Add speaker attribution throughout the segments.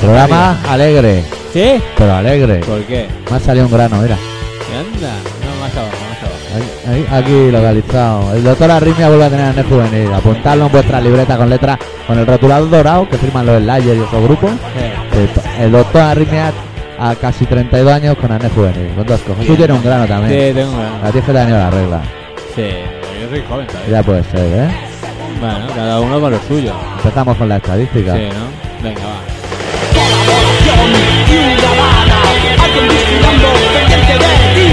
Speaker 1: Programa alegre,
Speaker 2: ¿Sí?
Speaker 1: pero alegre.
Speaker 2: ¿Por qué?
Speaker 1: Me ha salido un grano, mira.
Speaker 2: ¿Qué anda? No, más abajo, más abajo.
Speaker 1: Ahí- ahí, aquí localizado. El doctor Arritmia vuelve a tener en el juvenil. Apuntadlo en vuestra libreta con letras, con el rotulador dorado que firman los Slayer y otros grupos.
Speaker 2: Eh,
Speaker 1: El, el doctor Arritmia a casi 32 años con Arnés Juvenil. Con dos cojones. Tú tienes un grano también.
Speaker 2: Sí, tengo un grano.
Speaker 1: La tienes que tener la regla.
Speaker 2: Sí, yo soy joven todavía.
Speaker 1: Ya puede ser, ¿eh?
Speaker 2: Bueno, cada uno con lo suyo.
Speaker 1: Empezamos con la estadística.
Speaker 2: Sí, ¿no? Venga, va.
Speaker 3: Colaboración ciudadana, alguien vigilando, pendiente de ti.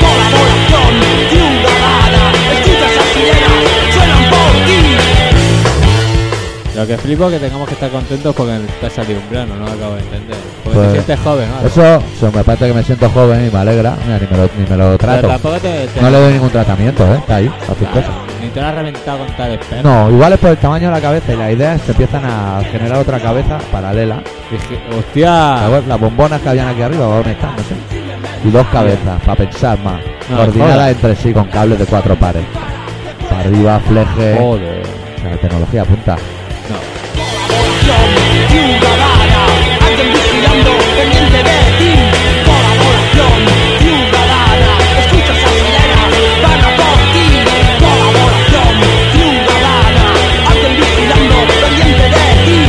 Speaker 3: Colaboración ciudadana, escucha esas sirenas, suenan por ti.
Speaker 2: Lo que flipo es que tengamos que estar contentos porque te ha salido un grano, no lo acabo de entender. Porque
Speaker 1: Pues-
Speaker 2: te sientes joven, ¿no?
Speaker 1: Eso, se me parece que me siento joven y me alegra. Mira, ni me lo, ni me lo
Speaker 2: Pero
Speaker 1: trato.
Speaker 2: tampoco te... te-
Speaker 1: No le doy ningún tratamiento, ¿eh? Está ahí, a sus
Speaker 2: Claro,
Speaker 1: cosas.
Speaker 2: Ni te lo has reventado con tal esperma.
Speaker 1: No, igual es por el tamaño de la cabeza y las ideas se empiezan a generar otra cabeza paralela.
Speaker 2: Dije, hostia...
Speaker 1: Ahora, Las bombonas que habían aquí arriba, ¿dónde están? No sé. Y dos cabezas, para pensar más.
Speaker 2: No,
Speaker 1: coordinadas
Speaker 2: joder.
Speaker 1: entre sí con cables de cuatro pares. Para arriba, fleje.
Speaker 2: Joder.
Speaker 1: La tecnología apunta.
Speaker 2: No.
Speaker 3: Colaboración ciudadana, alguien vigilando, pendiente de ti. Colaboración ciudadana, escucha esas sirenas, van a por ti. Colaboración ciudadana, alguien vigilando, pendiente de ti.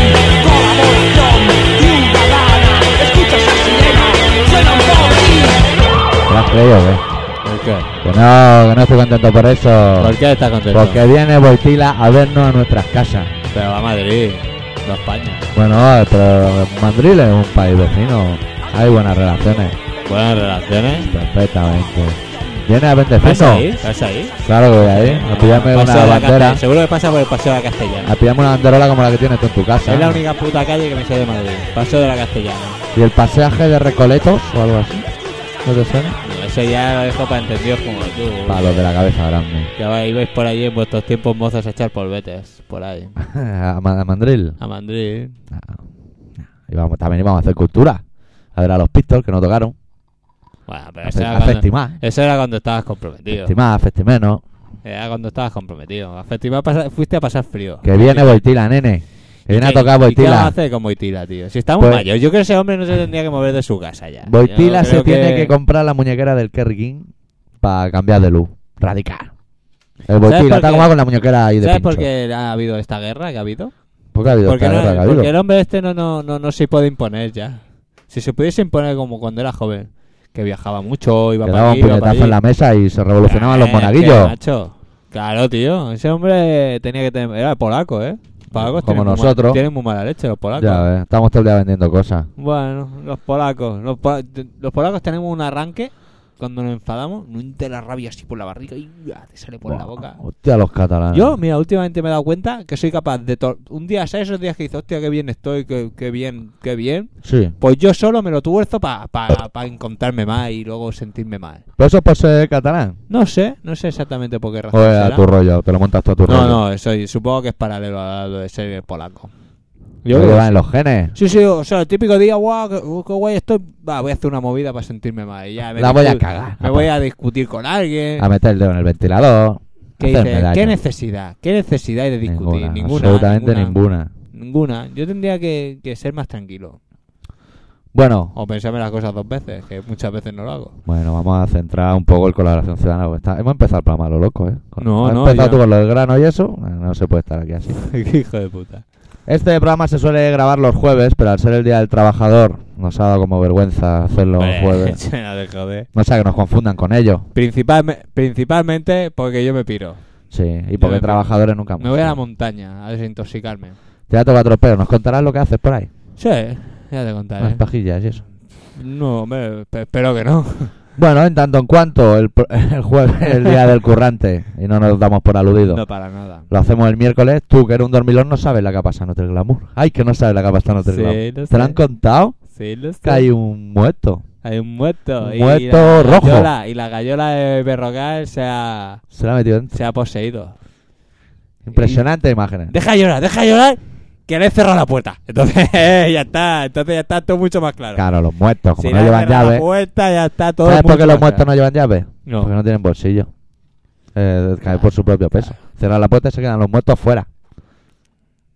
Speaker 3: Colaboración ciudadana, escucha esas sirenas, suenan por ti.
Speaker 1: ¿Te lo has creído, eh?
Speaker 2: ¿Por qué?
Speaker 1: Que no, que no estoy contento por eso.
Speaker 2: ¿Por qué estás contento?
Speaker 1: Porque viene Boitila a vernos a nuestras casas.
Speaker 2: Pero va a Madrid, no a España.
Speaker 1: Bueno, ah, pero Madrid es un país vecino. Hay buenas relaciones.
Speaker 2: Buenas relaciones.
Speaker 1: Perfectamente. Viene a
Speaker 2: ¿Vas
Speaker 1: bendecirnos.
Speaker 2: ahí? ¿Vas ahí?
Speaker 1: Claro que voy a ir, a pillarme
Speaker 2: Paseo
Speaker 1: una
Speaker 2: de la
Speaker 1: bandera,
Speaker 2: Casta- Seguro que pasa por el Paseo de la Castellana.
Speaker 1: a pillarme una banderola como la que tienes tú en tu casa.
Speaker 2: Es la única puta calle que me sé de Madrid. Paseo de la Castellana.
Speaker 1: Y el paseaje de Recoletos o algo así. ¿No te suena?
Speaker 2: No, Eso ya lo dejo para entendidos como tú.
Speaker 1: Para los de la cabeza grande.
Speaker 2: Que vais- ibais por allí en vuestros tiempos mozos a echar polvetes. Por ahí.
Speaker 1: a Ma- a Mandril.
Speaker 2: A Madrid.
Speaker 1: No. Y vamos, también íbamos a hacer cultura. A ver a los Pistols que no tocaron.
Speaker 2: Bueno, pero
Speaker 1: A,
Speaker 2: eso
Speaker 1: fe-
Speaker 2: era,
Speaker 1: a
Speaker 2: cuando,
Speaker 1: Festimás.
Speaker 2: eso era cuando estabas comprometido.
Speaker 1: Festimás, Festimenos.
Speaker 2: Era cuando estabas comprometido. A Festimás pasa- fuiste a pasar frío.
Speaker 1: Que viene Boitila, nene. Que viene a tocar
Speaker 2: ¿Qué- y ¿Qué vamos a
Speaker 1: Boitila.
Speaker 2: hacer con Boitila, tío? Si estamos
Speaker 1: Pues-
Speaker 2: mayores, yo creo que ese hombre no se tendría que mover de su casa ya.
Speaker 1: Boitila
Speaker 2: Yo
Speaker 1: se
Speaker 2: creo
Speaker 1: tiene que comprar la muñequera del Kerry King para cambiar de luz. Radical. El
Speaker 2: por
Speaker 1: Boitila está
Speaker 2: qué?
Speaker 1: como con la muñequera ahí de
Speaker 2: ¿Sabes
Speaker 1: pincho.
Speaker 2: por qué ha habido esta guerra que ha habido?
Speaker 1: Porque ha habido
Speaker 2: porque,
Speaker 1: esta
Speaker 2: no-
Speaker 1: guerra que ha habido.
Speaker 2: porque el hombre este no, no, no, no se puede imponer ya. Si se pudiese imponer como cuando era joven, que viajaba mucho, iba
Speaker 1: Que
Speaker 2: para
Speaker 1: daba un
Speaker 2: aquí, iba para
Speaker 1: puñetazo en
Speaker 2: allí.
Speaker 1: la mesa y se revolucionaban
Speaker 2: Eh,
Speaker 1: los
Speaker 2: qué
Speaker 1: monaguillos.
Speaker 2: macho. Claro, tío. Ese hombre tenía que tener... Era polaco, ¿eh? Polacos
Speaker 1: Como
Speaker 2: tienen muy mal-
Speaker 1: nosotros.
Speaker 2: tienen muy mala leche los polacos.
Speaker 1: Ya ves, estamos todo el día vendiendo cosas.
Speaker 2: Bueno, los polacos. Los, pola- te- los polacos tenemos un arranque cuando nos enfadamos, no te la rabia así por la barriga y ¡ah! te sale por
Speaker 1: Buah,
Speaker 2: la boca.
Speaker 1: Hostia, los catalanes.
Speaker 2: Yo, mira, últimamente me he dado cuenta que soy capaz de... to- Un día, ¿sabes esos días que dices, hostia, qué bien estoy, qué, qué bien, qué bien?
Speaker 1: Sí.
Speaker 2: Pues yo solo me lo tuerzo para pa, pa encontrarme mal y luego sentirme mal.
Speaker 1: ¿Pero eso es por ser catalán?
Speaker 2: No sé, no sé exactamente por qué razón.
Speaker 1: ¿O es a
Speaker 2: será.
Speaker 1: tu rollo? ¿Te lo montas tú a tu rollo?
Speaker 2: No, no, eso, y supongo que es paralelo a lo de ser polaco.
Speaker 1: Yo
Speaker 2: Yo creo que
Speaker 1: en los genes.
Speaker 2: Sí, sí, o sea, el típico día, guau, qué, uh, qué guay estoy. Va, voy a hacer una movida para sentirme mal. y ya me
Speaker 1: La voy a
Speaker 2: discu-
Speaker 1: cagar.
Speaker 2: Me voy a discutir con alguien.
Speaker 1: A meter el dedo en el ventilador.
Speaker 2: que
Speaker 1: hacerme
Speaker 2: dice,
Speaker 1: daño.
Speaker 2: ¿Qué necesidad? ¿Qué necesidad hay de discutir? Ninguna.
Speaker 1: absolutamente ninguna.
Speaker 2: Ninguna. Yo tendría que, que ser más tranquilo.
Speaker 1: Bueno,
Speaker 2: O pensarme las cosas dos veces, que muchas veces no lo hago.
Speaker 1: bueno, vamos a centrar un poco el colaboración ciudadana. porque está- hemos empezado para malo, loco, ¿eh? Con-
Speaker 2: No,
Speaker 1: has
Speaker 2: no,
Speaker 1: empezado
Speaker 2: yo-
Speaker 1: tú con lo del grano y eso. eh, No se puede estar aquí así.
Speaker 2: Hijo de puta.
Speaker 1: Este programa se suele grabar los jueves, pero al ser el Día del Trabajador nos ha dado como vergüenza hacerlo los jueves.
Speaker 2: Llena de joder.
Speaker 1: No sea que nos confundan con ellos.
Speaker 2: Principalme- principalmente porque yo me piro.
Speaker 1: Sí, y
Speaker 2: Yo
Speaker 1: porque
Speaker 2: me-
Speaker 1: trabajadores nunca
Speaker 2: Me voy a la
Speaker 1: mueren.
Speaker 2: montaña a desintoxicarme.
Speaker 1: Teatro Cuatro Peros, ¿nos contarás lo que haces por ahí?
Speaker 2: Sí, ya te
Speaker 1: Unas
Speaker 2: contaré.
Speaker 1: pajillas y eso.
Speaker 2: No, hombre, pe- espero que no.
Speaker 1: Bueno, en tanto en cuanto, el, pro- el jueves es el Día del Currante y no nos damos por aludido.
Speaker 2: No para nada.
Speaker 1: Lo hacemos el miércoles. Tú, que eres un dormilón, no sabes la que ha pasado en Hotel Glamour. Ay, que no sabes la que ha pasado en Hotel
Speaker 2: Sí,
Speaker 1: Glamour.
Speaker 2: lo
Speaker 1: ¿Te lo
Speaker 2: sé.
Speaker 1: han contado?
Speaker 2: Sí, lo sé.
Speaker 1: Que hay un muerto.
Speaker 2: Hay un muerto.
Speaker 1: Un
Speaker 2: y
Speaker 1: muerto
Speaker 2: la
Speaker 1: rojo.
Speaker 2: gallola- y la gallola de Berrocal se ha,
Speaker 1: Se la ha metido dentro.
Speaker 2: se ha poseído.
Speaker 1: Impresionantes imágenes.
Speaker 2: Deja llorar, deja llorar, que le he cerrado la puerta. Entonces ya está, entonces ya está todo mucho más claro.
Speaker 1: Claro, los muertos, como
Speaker 2: si
Speaker 1: no
Speaker 2: le he
Speaker 1: llevan
Speaker 2: cerrado
Speaker 1: llave.
Speaker 2: la puerta, ya está todo
Speaker 1: ¿Sabes por
Speaker 2: mucho
Speaker 1: qué los
Speaker 2: más
Speaker 1: muertos
Speaker 2: claro.
Speaker 1: no llevan llave?
Speaker 2: No.
Speaker 1: Porque no tienen bolsillo. Eh, cae por su propio peso. Cerrar la puerta y se quedan los muertos fuera.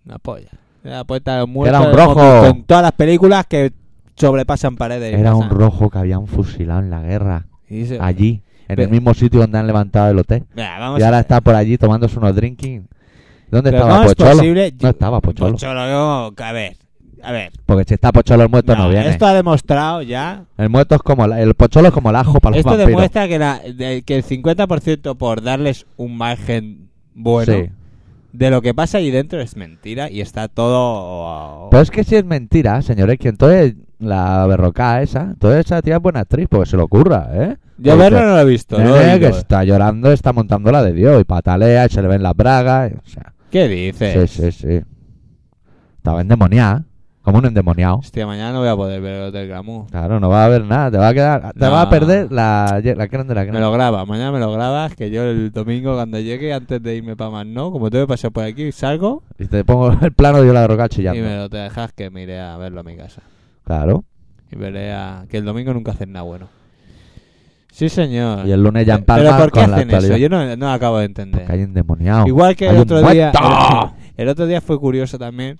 Speaker 2: Una polla. Era la puerta de los muertos.
Speaker 1: Era un
Speaker 2: como
Speaker 1: rojo.
Speaker 2: Con todas las películas que sobrepasan paredes. y
Speaker 1: Era un
Speaker 2: pasan.
Speaker 1: rojo que habían fusilado en la guerra.
Speaker 2: Y dice-
Speaker 1: Allí, en el
Speaker 2: Pero-
Speaker 1: mismo sitio donde han levantado el hotel.
Speaker 2: Mira, vamos
Speaker 1: Y
Speaker 2: a-
Speaker 1: ahora está por allí tomándose unos drinking. ¿Dónde
Speaker 2: Pero
Speaker 1: estaba
Speaker 2: ¿cómo es
Speaker 1: Pocholo?
Speaker 2: posible?
Speaker 1: No estaba Pocholo.
Speaker 2: Pocholo, no, a ver. A ver.
Speaker 1: Porque si está Pocholo el muerto no,
Speaker 2: No,
Speaker 1: viene.
Speaker 2: Esto ha demostrado ya.
Speaker 1: El muerto es como la- el Pocholo es como el ajo para los
Speaker 2: esto
Speaker 1: vampiros.
Speaker 2: demuestra que, la, de- que el 50% por darles un margen bueno
Speaker 1: Sí.
Speaker 2: de lo que pasa ahí dentro es mentira y está todo.
Speaker 1: Pero es que si es mentira, señores, que entonces la berroca esa, entonces esa tía es buena actriz, porque se lo ocurra, ¿eh?
Speaker 2: Yo
Speaker 1: Porque,
Speaker 2: verlo no lo he visto. no lo he
Speaker 1: "Nene, que
Speaker 2: oído".
Speaker 1: está llorando, está montando la de Dios, y patalea, y se le ven las bragas, y- o sea,
Speaker 2: ¿Qué
Speaker 1: sí,
Speaker 2: dices?
Speaker 1: sí, sí. Estaba endemoniada, como un endemoniado.
Speaker 2: Hostia, mañana no voy a poder ver el Hotel Glamour.
Speaker 1: Claro, no va a haber nada, te va a quedar, te
Speaker 2: No.
Speaker 1: va a perder la, la crema de la
Speaker 2: Me
Speaker 1: crema.
Speaker 2: lo grabas, mañana me lo grabas, que yo el domingo cuando llegue, antes de irme para más, ¿no? Como tengo que pasar por aquí, salgo
Speaker 1: Y te pongo el plano de la berroca chillando.
Speaker 2: y me lo te dejas que me iré a verlo a mi casa.
Speaker 1: Claro.
Speaker 2: Y veré a... que el domingo nunca hacen nada bueno. Sí, señor.
Speaker 1: Y el lunes ya en
Speaker 2: Pero
Speaker 1: Palma
Speaker 2: ¿por qué
Speaker 1: con la
Speaker 2: hacen eso?
Speaker 1: actualidad.
Speaker 2: Yo no, no acabo de entender.
Speaker 1: Porque hay endemoniado.
Speaker 2: Igual que
Speaker 1: Hay
Speaker 2: el
Speaker 1: un
Speaker 2: otro día.
Speaker 1: muerto.
Speaker 2: El, el otro día fue curioso también.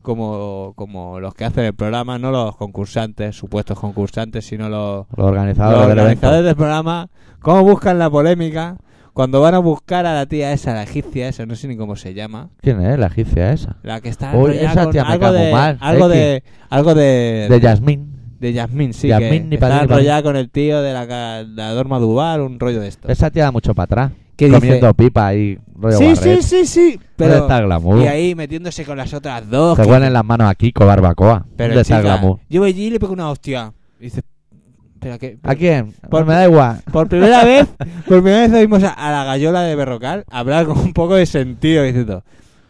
Speaker 2: Como, como los que hacen el programa, no los concursantes, supuestos concursantes, sino los,
Speaker 1: Los
Speaker 2: los
Speaker 1: organizadores del evento.
Speaker 2: organizadores del programa, cómo buscan la polémica cuando van a buscar a la tía esa, la egipcia esa, no sé ni cómo se llama,
Speaker 1: ¿Quién es? La egipcia esa.
Speaker 2: la que está
Speaker 1: Uy,
Speaker 2: enrollada
Speaker 1: esa
Speaker 2: con
Speaker 1: tía me
Speaker 2: algo
Speaker 1: cago
Speaker 2: de,
Speaker 1: mal,
Speaker 2: algo
Speaker 1: X.
Speaker 2: de algo de
Speaker 1: De Yasmín.
Speaker 2: de Yasmín, sí,
Speaker 1: Yasmín,
Speaker 2: que
Speaker 1: ni
Speaker 2: está
Speaker 1: para ni para
Speaker 2: enrollada con el tío de la ca- de Adorma Duval, un rollo de esto.
Speaker 1: Esa tía da mucho para atrás.
Speaker 2: ¿Qué
Speaker 1: Comiendo pipa y rollo
Speaker 2: Sí,
Speaker 1: barret.
Speaker 2: sí, sí, sí,
Speaker 1: ¿Dónde
Speaker 2: pero
Speaker 1: está el glamour?
Speaker 2: y ahí metiéndose con las otras dos.
Speaker 1: Se
Speaker 2: que-
Speaker 1: huelen las manos aquí con barbacoa.
Speaker 2: Pero
Speaker 1: ¿Dónde está el
Speaker 2: chica,
Speaker 1: glamour?
Speaker 2: yo voy allí y le pego una hostia. Y dice, pero que
Speaker 1: ¿A quién?
Speaker 2: Por-
Speaker 1: me da igual.
Speaker 2: Por primera vez, por primera vez oímos a, a la gallola de Berrocal hablar con un poco de sentido diciendo,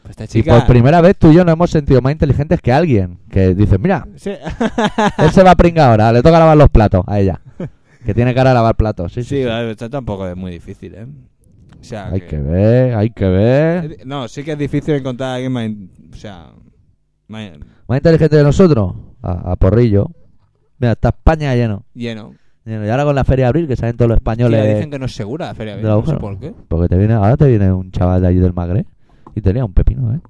Speaker 2: pues esta
Speaker 1: Y
Speaker 2: chica
Speaker 1: por primera vez tú y yo nos hemos sentido más inteligentes que alguien. Que dice, mira,
Speaker 2: Sí. Ah.
Speaker 1: él se va a pringar ahora, le toca lavar los platos a ella. Que tiene cara a lavar platos. Sí,
Speaker 2: Sí,
Speaker 1: sí. sí.
Speaker 2: vale, esto tampoco es muy difícil, ¿eh? O sea,
Speaker 1: Hay
Speaker 2: que-
Speaker 1: que ver, hay que ver.
Speaker 2: No, sí que es difícil encontrar a alguien más, in- o sea, más
Speaker 1: Más inteligente de nosotros. A, a porrillo. Mira, está España lleno.
Speaker 2: lleno.
Speaker 1: lleno. Y ahora con la Feria de Abril, que salen todos los
Speaker 2: Yo
Speaker 1: españoles.
Speaker 2: dicen que no es segura la feria,
Speaker 1: de
Speaker 2: Abril, no sé
Speaker 1: agujero.
Speaker 2: por qué.
Speaker 1: Porque te viene, ahora te viene un chaval de allí del Magreb y tenía un pepino, ¿eh?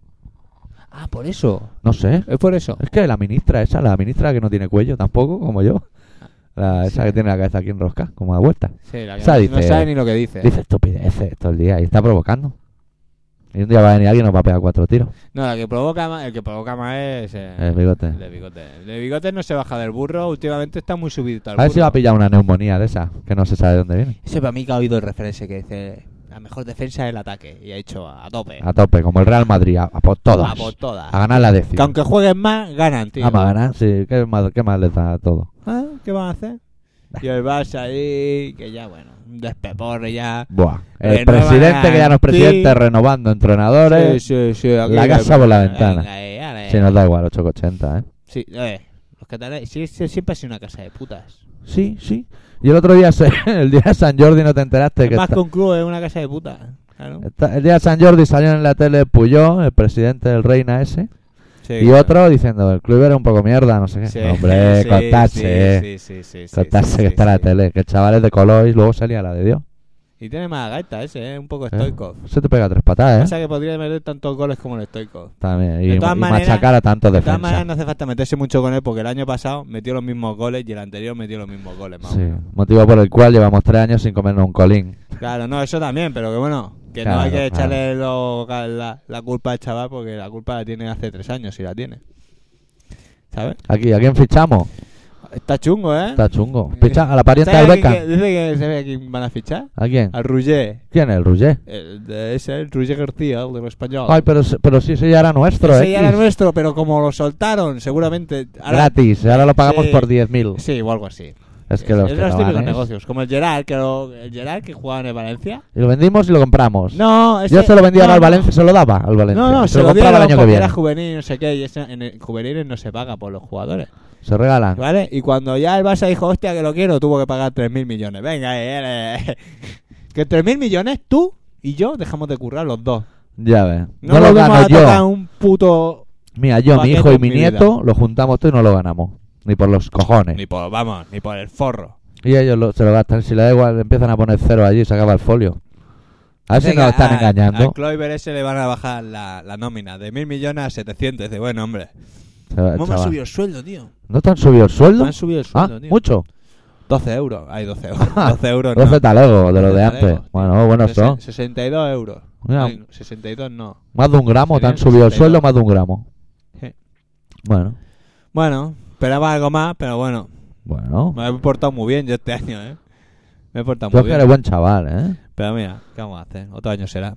Speaker 2: Ah, por eso.
Speaker 1: No sé.
Speaker 2: Es por eso.
Speaker 1: Es que la ministra esa, la ministra que no tiene cuello tampoco, como yo. La, esa
Speaker 2: Sí.
Speaker 1: que tiene la cabeza aquí en rosca, como a vuelta.
Speaker 2: Sí, la que
Speaker 1: Esa
Speaker 2: no,
Speaker 1: dice-
Speaker 2: no sabe ni lo que dice.
Speaker 1: Dice estupideces todo el día y está provocando. Y un día va a venir alguien y nos va a pegar cuatro tiros.
Speaker 2: No, la que provoca más, el que provoca más es eh,
Speaker 1: El bigote.
Speaker 2: el de bigote. El de bigote no se baja del burro, últimamente está muy subido al
Speaker 1: A ver si
Speaker 2: burro.
Speaker 1: va a pillar una neumonía de esa, que no se sabe de dónde viene.
Speaker 2: Ese para mí que ha oído el referente que dice la mejor defensa es el ataque y ha hecho a, a tope.
Speaker 1: A tope, como el Real Madrid, a, a por todas. Ah,
Speaker 2: A por todas.
Speaker 1: A ganar la
Speaker 2: Que
Speaker 1: décima.
Speaker 2: aunque jueguen más, ganan, tío.
Speaker 1: Ah, para ganar, sí. ¿Qué más, qué más le da a todo?
Speaker 2: Ah, ¿Qué van a hacer? Y el Barça ahí, que ya, bueno, un despeporre ya.
Speaker 1: Buah. El
Speaker 2: Renuevan
Speaker 1: presidente, que ya no es
Speaker 2: a ti.
Speaker 1: presidente, renovando entrenadores.
Speaker 2: Sí, sí, sí, aquí
Speaker 1: la
Speaker 2: que-
Speaker 1: casa por la
Speaker 2: Venga,
Speaker 1: ventana.
Speaker 2: eh, ale.
Speaker 1: Si nos da igual, 8,80, ¿eh?
Speaker 2: Sí, eh, los catalanes, sí, sí, siempre ha sido una casa de putas.
Speaker 1: Sí, sí. Y el otro día, se- el día de San Jordi, no te enteraste que
Speaker 2: Más
Speaker 1: está- Eh,
Speaker 2: que un club es una casa de putas. Claro.
Speaker 1: está- el día de San Jordi salió en la tele Puyol, el presidente del Reina ese,
Speaker 2: Sí,
Speaker 1: y
Speaker 2: claro.
Speaker 1: otro diciendo el club era un poco mierda, no sé qué.
Speaker 2: Sí,
Speaker 1: Hombre,
Speaker 2: sí,
Speaker 1: contarse, eh.
Speaker 2: sí, sí, sí, sí,
Speaker 1: Contarse
Speaker 2: sí,
Speaker 1: que
Speaker 2: sí,
Speaker 1: está la
Speaker 2: sí.
Speaker 1: tele, que chavales de color y luego salía la de Dios.
Speaker 2: Y tiene más gaita ese, ¿eh? un poco
Speaker 1: ¿eh?
Speaker 2: estoico.
Speaker 1: Se te pega tres patadas, ¿eh?
Speaker 2: Pasa que podría meter tantos goles como el estoico.
Speaker 1: También. Y,
Speaker 2: De todas
Speaker 1: y
Speaker 2: maneras-
Speaker 1: machacar a tantos
Speaker 2: De todas maneras,
Speaker 1: defensas.
Speaker 2: no hace falta meterse mucho con él porque el año pasado metió los mismos goles y el anterior metió los mismos goles. Más o
Speaker 1: Sí,
Speaker 2: menos.
Speaker 1: motivo por el cual llevamos tres años sin comernos un colín.
Speaker 2: Claro, no, eso también, pero que bueno, que
Speaker 1: Claro,
Speaker 2: no hay que
Speaker 1: claro.
Speaker 2: echarle lo- la, la culpa al chaval porque la culpa la tiene hace tres años, si la tiene. ¿Sabes?
Speaker 1: Aquí, ¿a quién fichamos?
Speaker 2: Está chungo, ¿eh?
Speaker 1: Está chungo. Ficha a la parienta
Speaker 2: ¿Sabes
Speaker 1: del
Speaker 2: a quién
Speaker 1: Beckham.
Speaker 2: que- dice que se ve a quién van a fichar.
Speaker 1: ¿A quién?
Speaker 2: Al Rugger.
Speaker 1: ¿Quién? ¿El Rouget?
Speaker 2: El, Eh, de ese, el Rugger García, el de los españoles.
Speaker 1: Ay, pero, se- pero sí, ese ya era nuestro,
Speaker 2: Oh. Ese
Speaker 1: ¿eh?
Speaker 2: ya era nuestro, pero como lo soltaron, seguramente. ahora-
Speaker 1: Gratis, ahora lo pagamos
Speaker 2: Sí.
Speaker 1: por 10.000.
Speaker 2: Sí, o algo así.
Speaker 1: Es que ¿eh? los
Speaker 2: es los
Speaker 1: catalanes-
Speaker 2: típicos negocios. Como el Gerard, que lo- el Gerard que jugaba en el Valencia.
Speaker 1: Y lo vendimos y lo compramos.
Speaker 2: No, ese-
Speaker 1: Pues, Yo se lo vendía
Speaker 2: no,
Speaker 1: al
Speaker 2: no.
Speaker 1: Valencia, se lo daba al Valencia.
Speaker 2: No, no,
Speaker 1: se, lo
Speaker 2: dieron
Speaker 1: compraba el año que
Speaker 2: porque
Speaker 1: viene.
Speaker 2: Era juvenil, no sé qué, y ese- en el- juveniles no se paga por los jugadores.
Speaker 1: Se regalan.
Speaker 2: ¿Vale? Y cuando ya el Barça dijo, hostia, que lo quiero, tuvo que pagar 3.000 millones. Venga, eh, eh, eh. que 3.000 millones tú y yo dejamos de currar los dos.
Speaker 1: Ya ves. No,
Speaker 2: No,
Speaker 1: lo
Speaker 2: volvemos
Speaker 1: gano
Speaker 2: a tocar
Speaker 1: yo.
Speaker 2: un puto.
Speaker 1: Mira, yo, mi
Speaker 2: paquete
Speaker 1: hijo y
Speaker 2: en
Speaker 1: mi
Speaker 2: mi vida.
Speaker 1: nieto lo juntamos todo y no lo ganamos. Ni por los cojones.
Speaker 2: Ni por, vamos, ni por el forro.
Speaker 1: Y ellos lo- se lo gastan. Si le da igual, empiezan a poner cero allí y se acaba el folio. A ver si
Speaker 2: Venga, ah,
Speaker 1: nos están
Speaker 2: a-
Speaker 1: engañando.
Speaker 2: A Kloiber ese le van a bajar la, la nómina de mil millones a 700. Dice, bueno, hombre.
Speaker 1: Chaval,
Speaker 2: ¿Cómo han
Speaker 1: Ah, chaval.
Speaker 2: subido el sueldo, tío?
Speaker 1: ¿No te han subido el sueldo?
Speaker 2: Me han subido el
Speaker 1: Ah,
Speaker 2: sueldo, tío.
Speaker 1: mucho.
Speaker 2: 12 euros. Hay 12 euros. 12 euros, no.
Speaker 1: 12 talegos de los de
Speaker 2: 12
Speaker 1: antes.
Speaker 2: talegos.
Speaker 1: Bueno, bueno,
Speaker 2: Sesen-
Speaker 1: son.
Speaker 2: 62 euros.
Speaker 1: Mira.
Speaker 2: Ay, 62 no.
Speaker 1: Más de un gramo, te han
Speaker 2: Serían
Speaker 1: subido el
Speaker 2: 62.
Speaker 1: sueldo más de un gramo.
Speaker 2: Sí.
Speaker 1: Bueno,
Speaker 2: Bueno, esperaba algo más, pero bueno.
Speaker 1: bueno.
Speaker 2: Me he portado muy bien yo este año, ¿eh? Me he portado
Speaker 1: Tú
Speaker 2: muy
Speaker 1: es que
Speaker 2: bien.
Speaker 1: eres buen chaval, ¿eh?
Speaker 2: Pero mira, ¿qué vamos a hacer? Otro año será.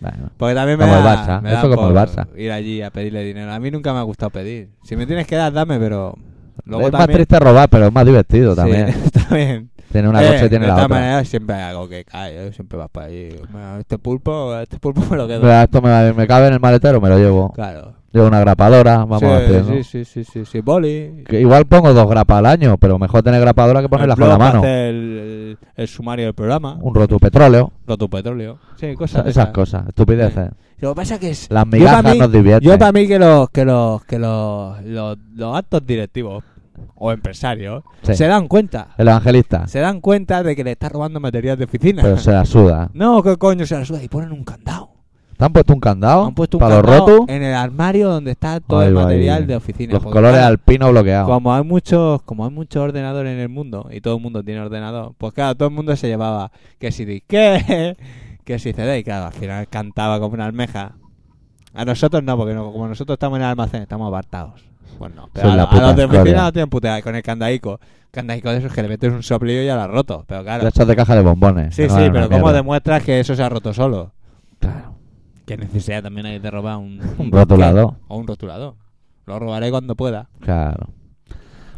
Speaker 1: Bueno.
Speaker 2: Porque también me
Speaker 1: Como el
Speaker 2: da,
Speaker 1: Barça,
Speaker 2: me da
Speaker 1: eso como el
Speaker 2: por
Speaker 1: Barça.
Speaker 2: ir allí a pedirle dinero. A mí nunca me ha gustado pedir. Si me tienes que dar, dame, pero... Luego
Speaker 1: es más
Speaker 2: también,
Speaker 1: triste robar, pero es más divertido
Speaker 2: Sí,
Speaker 1: también.
Speaker 2: también.
Speaker 1: Tiene una
Speaker 2: Eh,
Speaker 1: cosa y tiene
Speaker 2: de
Speaker 1: la
Speaker 2: todas
Speaker 1: otra.
Speaker 2: maneras, siempre hay algo que cae. ¿eh? Siempre vas para allí. "Bueno, Este pulpo, este pulpo me lo quedo.
Speaker 1: Mira, esto me, me cabe en el maletero, me lo llevo.
Speaker 2: Claro.
Speaker 1: Llevo una grapadora, vamos
Speaker 2: sí,
Speaker 1: haciendo.
Speaker 2: sí, sí, sí, sí, sí. Boli.
Speaker 1: Que igual pongo dos grapas al año, pero mejor tener grapadora que ponerlas
Speaker 2: El
Speaker 1: con la
Speaker 2: blog
Speaker 1: mano.
Speaker 2: hace El, el- el sumario del programa.
Speaker 1: Un roto petróleo,
Speaker 2: Roto petróleo. Sí,
Speaker 1: esa-
Speaker 2: cosas.
Speaker 1: esas,
Speaker 2: de
Speaker 1: cosas, estupideces.
Speaker 2: Lo que pasa que es...
Speaker 1: Las
Speaker 2: Yo para
Speaker 1: migajas
Speaker 2: mí-
Speaker 1: nos divierten.
Speaker 2: Yo para mí que los que los que los, los, los altos directivos o empresarios
Speaker 1: Sí.
Speaker 2: se dan cuenta,
Speaker 1: El evangelista,
Speaker 2: se dan cuenta de que le está robando material de oficina.
Speaker 1: pero se la suda.
Speaker 2: No, qué coño se la suda y ponen un candado.
Speaker 1: ¿Te han puesto un candado?
Speaker 2: Han puesto un
Speaker 1: para
Speaker 2: candado
Speaker 1: los rotos,
Speaker 2: en el armario donde está todo
Speaker 1: Ah, Ahí
Speaker 2: el
Speaker 1: va, ahí.
Speaker 2: material de oficina. Pues
Speaker 1: los
Speaker 2: Porque,
Speaker 1: colores
Speaker 2: claro,
Speaker 1: alpino bloqueados.
Speaker 2: como hay muchos, como hay muchos ordenadores en el mundo y todo el mundo tiene ordenador, pues claro, todo el mundo se llevaba que si disque, que si CD, y claro, al final cantaba como una almeja. A nosotros no, porque no- como nosotros estamos en el almacén, estamos apartados. Pues no, pero
Speaker 1: Son
Speaker 2: a,
Speaker 1: la
Speaker 2: lo- a los
Speaker 1: puta
Speaker 2: de
Speaker 1: gloria.
Speaker 2: oficina no tienen puta idea, con el candaico. Candaico de esos que le metes un soplillo y ya lo has roto, pero
Speaker 1: De
Speaker 2: claro.
Speaker 1: estos de caja de bombones.
Speaker 2: Sí,
Speaker 1: que no
Speaker 2: sí,
Speaker 1: valen
Speaker 2: pero
Speaker 1: una
Speaker 2: ¿cómo
Speaker 1: mierda.
Speaker 2: demuestras que eso se ha roto solo?
Speaker 1: Claro.
Speaker 2: Que necesidad también hay de robar un,
Speaker 1: Un rotulador.
Speaker 2: O un rotulador. Lo robaré cuando pueda.
Speaker 1: Claro.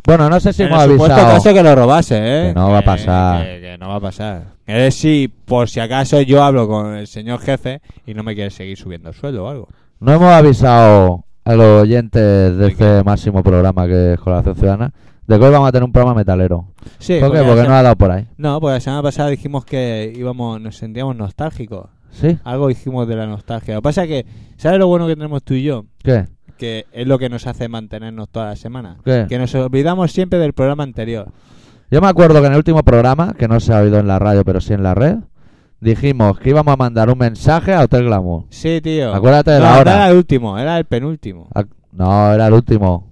Speaker 1: Bueno, no sé si
Speaker 2: en
Speaker 1: hemos
Speaker 2: el supuesto
Speaker 1: avisado.
Speaker 2: caso que lo robase, ¿eh?
Speaker 1: Que no va a pasar.
Speaker 2: Que, que no va a pasar. Es si, por si acaso, yo hablo con el señor jefe y no me quiere seguir subiendo el sueldo o algo.
Speaker 1: No hemos avisado a los oyentes de este máximo programa que es Colaboración Ciudadana de que hoy vamos a tener un programa metalero.
Speaker 2: Sí,
Speaker 1: ¿Por qué?
Speaker 2: la
Speaker 1: Porque
Speaker 2: se-
Speaker 1: nos ha dado por ahí.
Speaker 2: no, porque la semana pasada dijimos que íbamos, nos sentíamos nostálgicos.
Speaker 1: ¿Sí?
Speaker 2: Algo dijimos de la nostalgia. Lo que pasa es que, ¿sabes lo bueno que tenemos tú y yo?
Speaker 1: ¿Qué?
Speaker 2: Que es lo que nos hace mantenernos toda la semana.
Speaker 1: ¿Qué?
Speaker 2: Que nos olvidamos siempre del programa anterior.
Speaker 1: Yo me acuerdo que en el último programa, que no se ha oído en la radio, pero sí en la red, dijimos que íbamos a mandar un mensaje a Hotel Glamour.
Speaker 2: Sí, tío.
Speaker 1: Acuérdate de
Speaker 2: no,
Speaker 1: la
Speaker 2: no
Speaker 1: hora.
Speaker 2: era el último, era el penúltimo.
Speaker 1: Ah, No, era el último.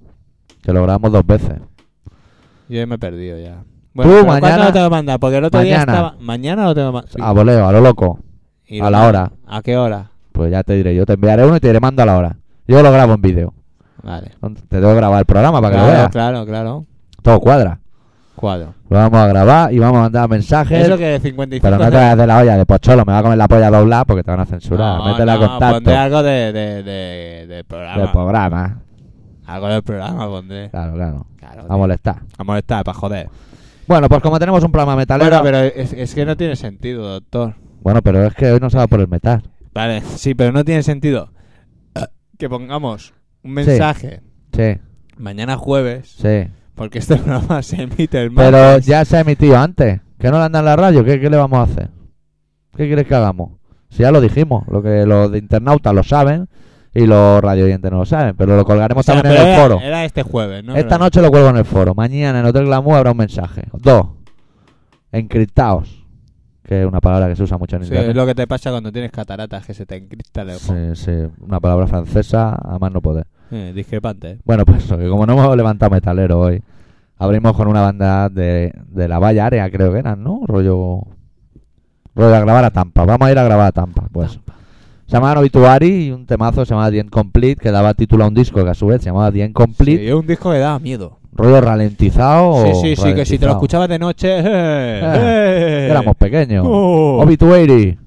Speaker 1: Que lo grabamos dos veces.
Speaker 2: Yo ya me he perdido ya.
Speaker 1: Tú,
Speaker 2: pero
Speaker 1: mañana-
Speaker 2: ¿Cuándo lo tengo que mandar? Porque el otro
Speaker 1: Mañana.
Speaker 2: día estaba... Mañana lo tengo que mandar.
Speaker 1: A voleo, a lo loco. a la hora.
Speaker 2: ¿A qué hora?
Speaker 1: Pues ya te diré, yo te enviaré uno y te diré mando a la hora. Yo lo grabo en vídeo.
Speaker 2: Vale.
Speaker 1: Te debo grabar el programa para que
Speaker 2: claro,
Speaker 1: lo veas.
Speaker 2: claro, claro.
Speaker 1: Todo cuadra.
Speaker 2: Cuadro.
Speaker 1: Lo vamos a grabar y vamos a mandar mensajes.
Speaker 2: Eso que 55...
Speaker 1: Pero no te vayas de la olla de pocholo, me va a comer la polla doblada porque te van a censurar.
Speaker 2: No,
Speaker 1: Métela
Speaker 2: no, pues
Speaker 1: a contacto
Speaker 2: pondré algo de, de, de, de programa.
Speaker 1: del programa.
Speaker 2: Algo del programa pondré.
Speaker 1: Claro, claro.
Speaker 2: Claro,
Speaker 1: A molestar.
Speaker 2: tío. A molestar, para joder.
Speaker 1: Bueno, pues como tenemos un programa metalero.
Speaker 2: Bueno, pero es, es que no tiene sentido, doctor.
Speaker 1: Bueno, pero es que hoy no se va por el metal.
Speaker 2: Vale, sí, pero no tiene sentido eh, que pongamos un
Speaker 1: Sí.
Speaker 2: mensaje
Speaker 1: Sí,
Speaker 2: mañana jueves
Speaker 1: sí.
Speaker 2: Porque este programa se emite el
Speaker 1: Pero
Speaker 2: martes.
Speaker 1: ya se ha emitido antes. Que no le andan la radio. ¿Qué, qué le vamos a hacer? ¿Qué quieres que hagamos? Si ya lo dijimos. Lo que los de internautas lo saben y los radio oyentes no lo saben. Pero lo colgaremos
Speaker 2: O sea,
Speaker 1: también
Speaker 2: pero
Speaker 1: en el
Speaker 2: era-
Speaker 1: foro.
Speaker 2: Era este jueves, ¿no?
Speaker 1: Esta
Speaker 2: Era-
Speaker 1: noche lo cuelgo en el foro. Mañana en Hotel Glamour habrá un mensaje. Dos. Encriptaos. Que es una palabra que se usa mucho en
Speaker 2: Sí, es
Speaker 1: internet.
Speaker 2: lo que te pasa cuando tienes cataratas que se te encripta el ojo.
Speaker 1: Sí, sí. Una palabra francesa, a más no poder.
Speaker 2: Eh, discrepante. ¿eh?
Speaker 1: Bueno, pues eso, que como no hemos levantado metalero hoy, abrimos con una banda de, de la Valle Área, creo que eran, ¿no? Rollo. Rollo a grabar a Tampa. Vamos a ir a grabar a Tampa, pues. Se llamaban Obituary y un temazo se llamaba The Incomplete, que daba título a un disco que a su vez se llamaba The Incomplete.
Speaker 2: Sí, es un disco que daba miedo.
Speaker 1: Rollo ralentizado. o
Speaker 2: sí, sí, sí, que si te lo
Speaker 1: ralentizado.
Speaker 2: escuchabas de noche. eh, eh.
Speaker 1: Éramos pequeños.
Speaker 2: Oh.
Speaker 1: Obituary.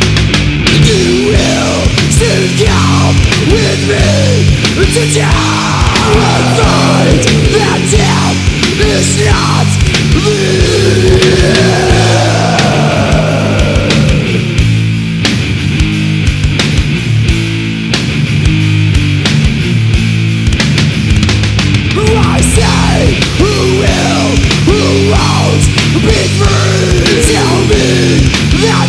Speaker 4: You will still come with me to death. I'll find that death is not the I say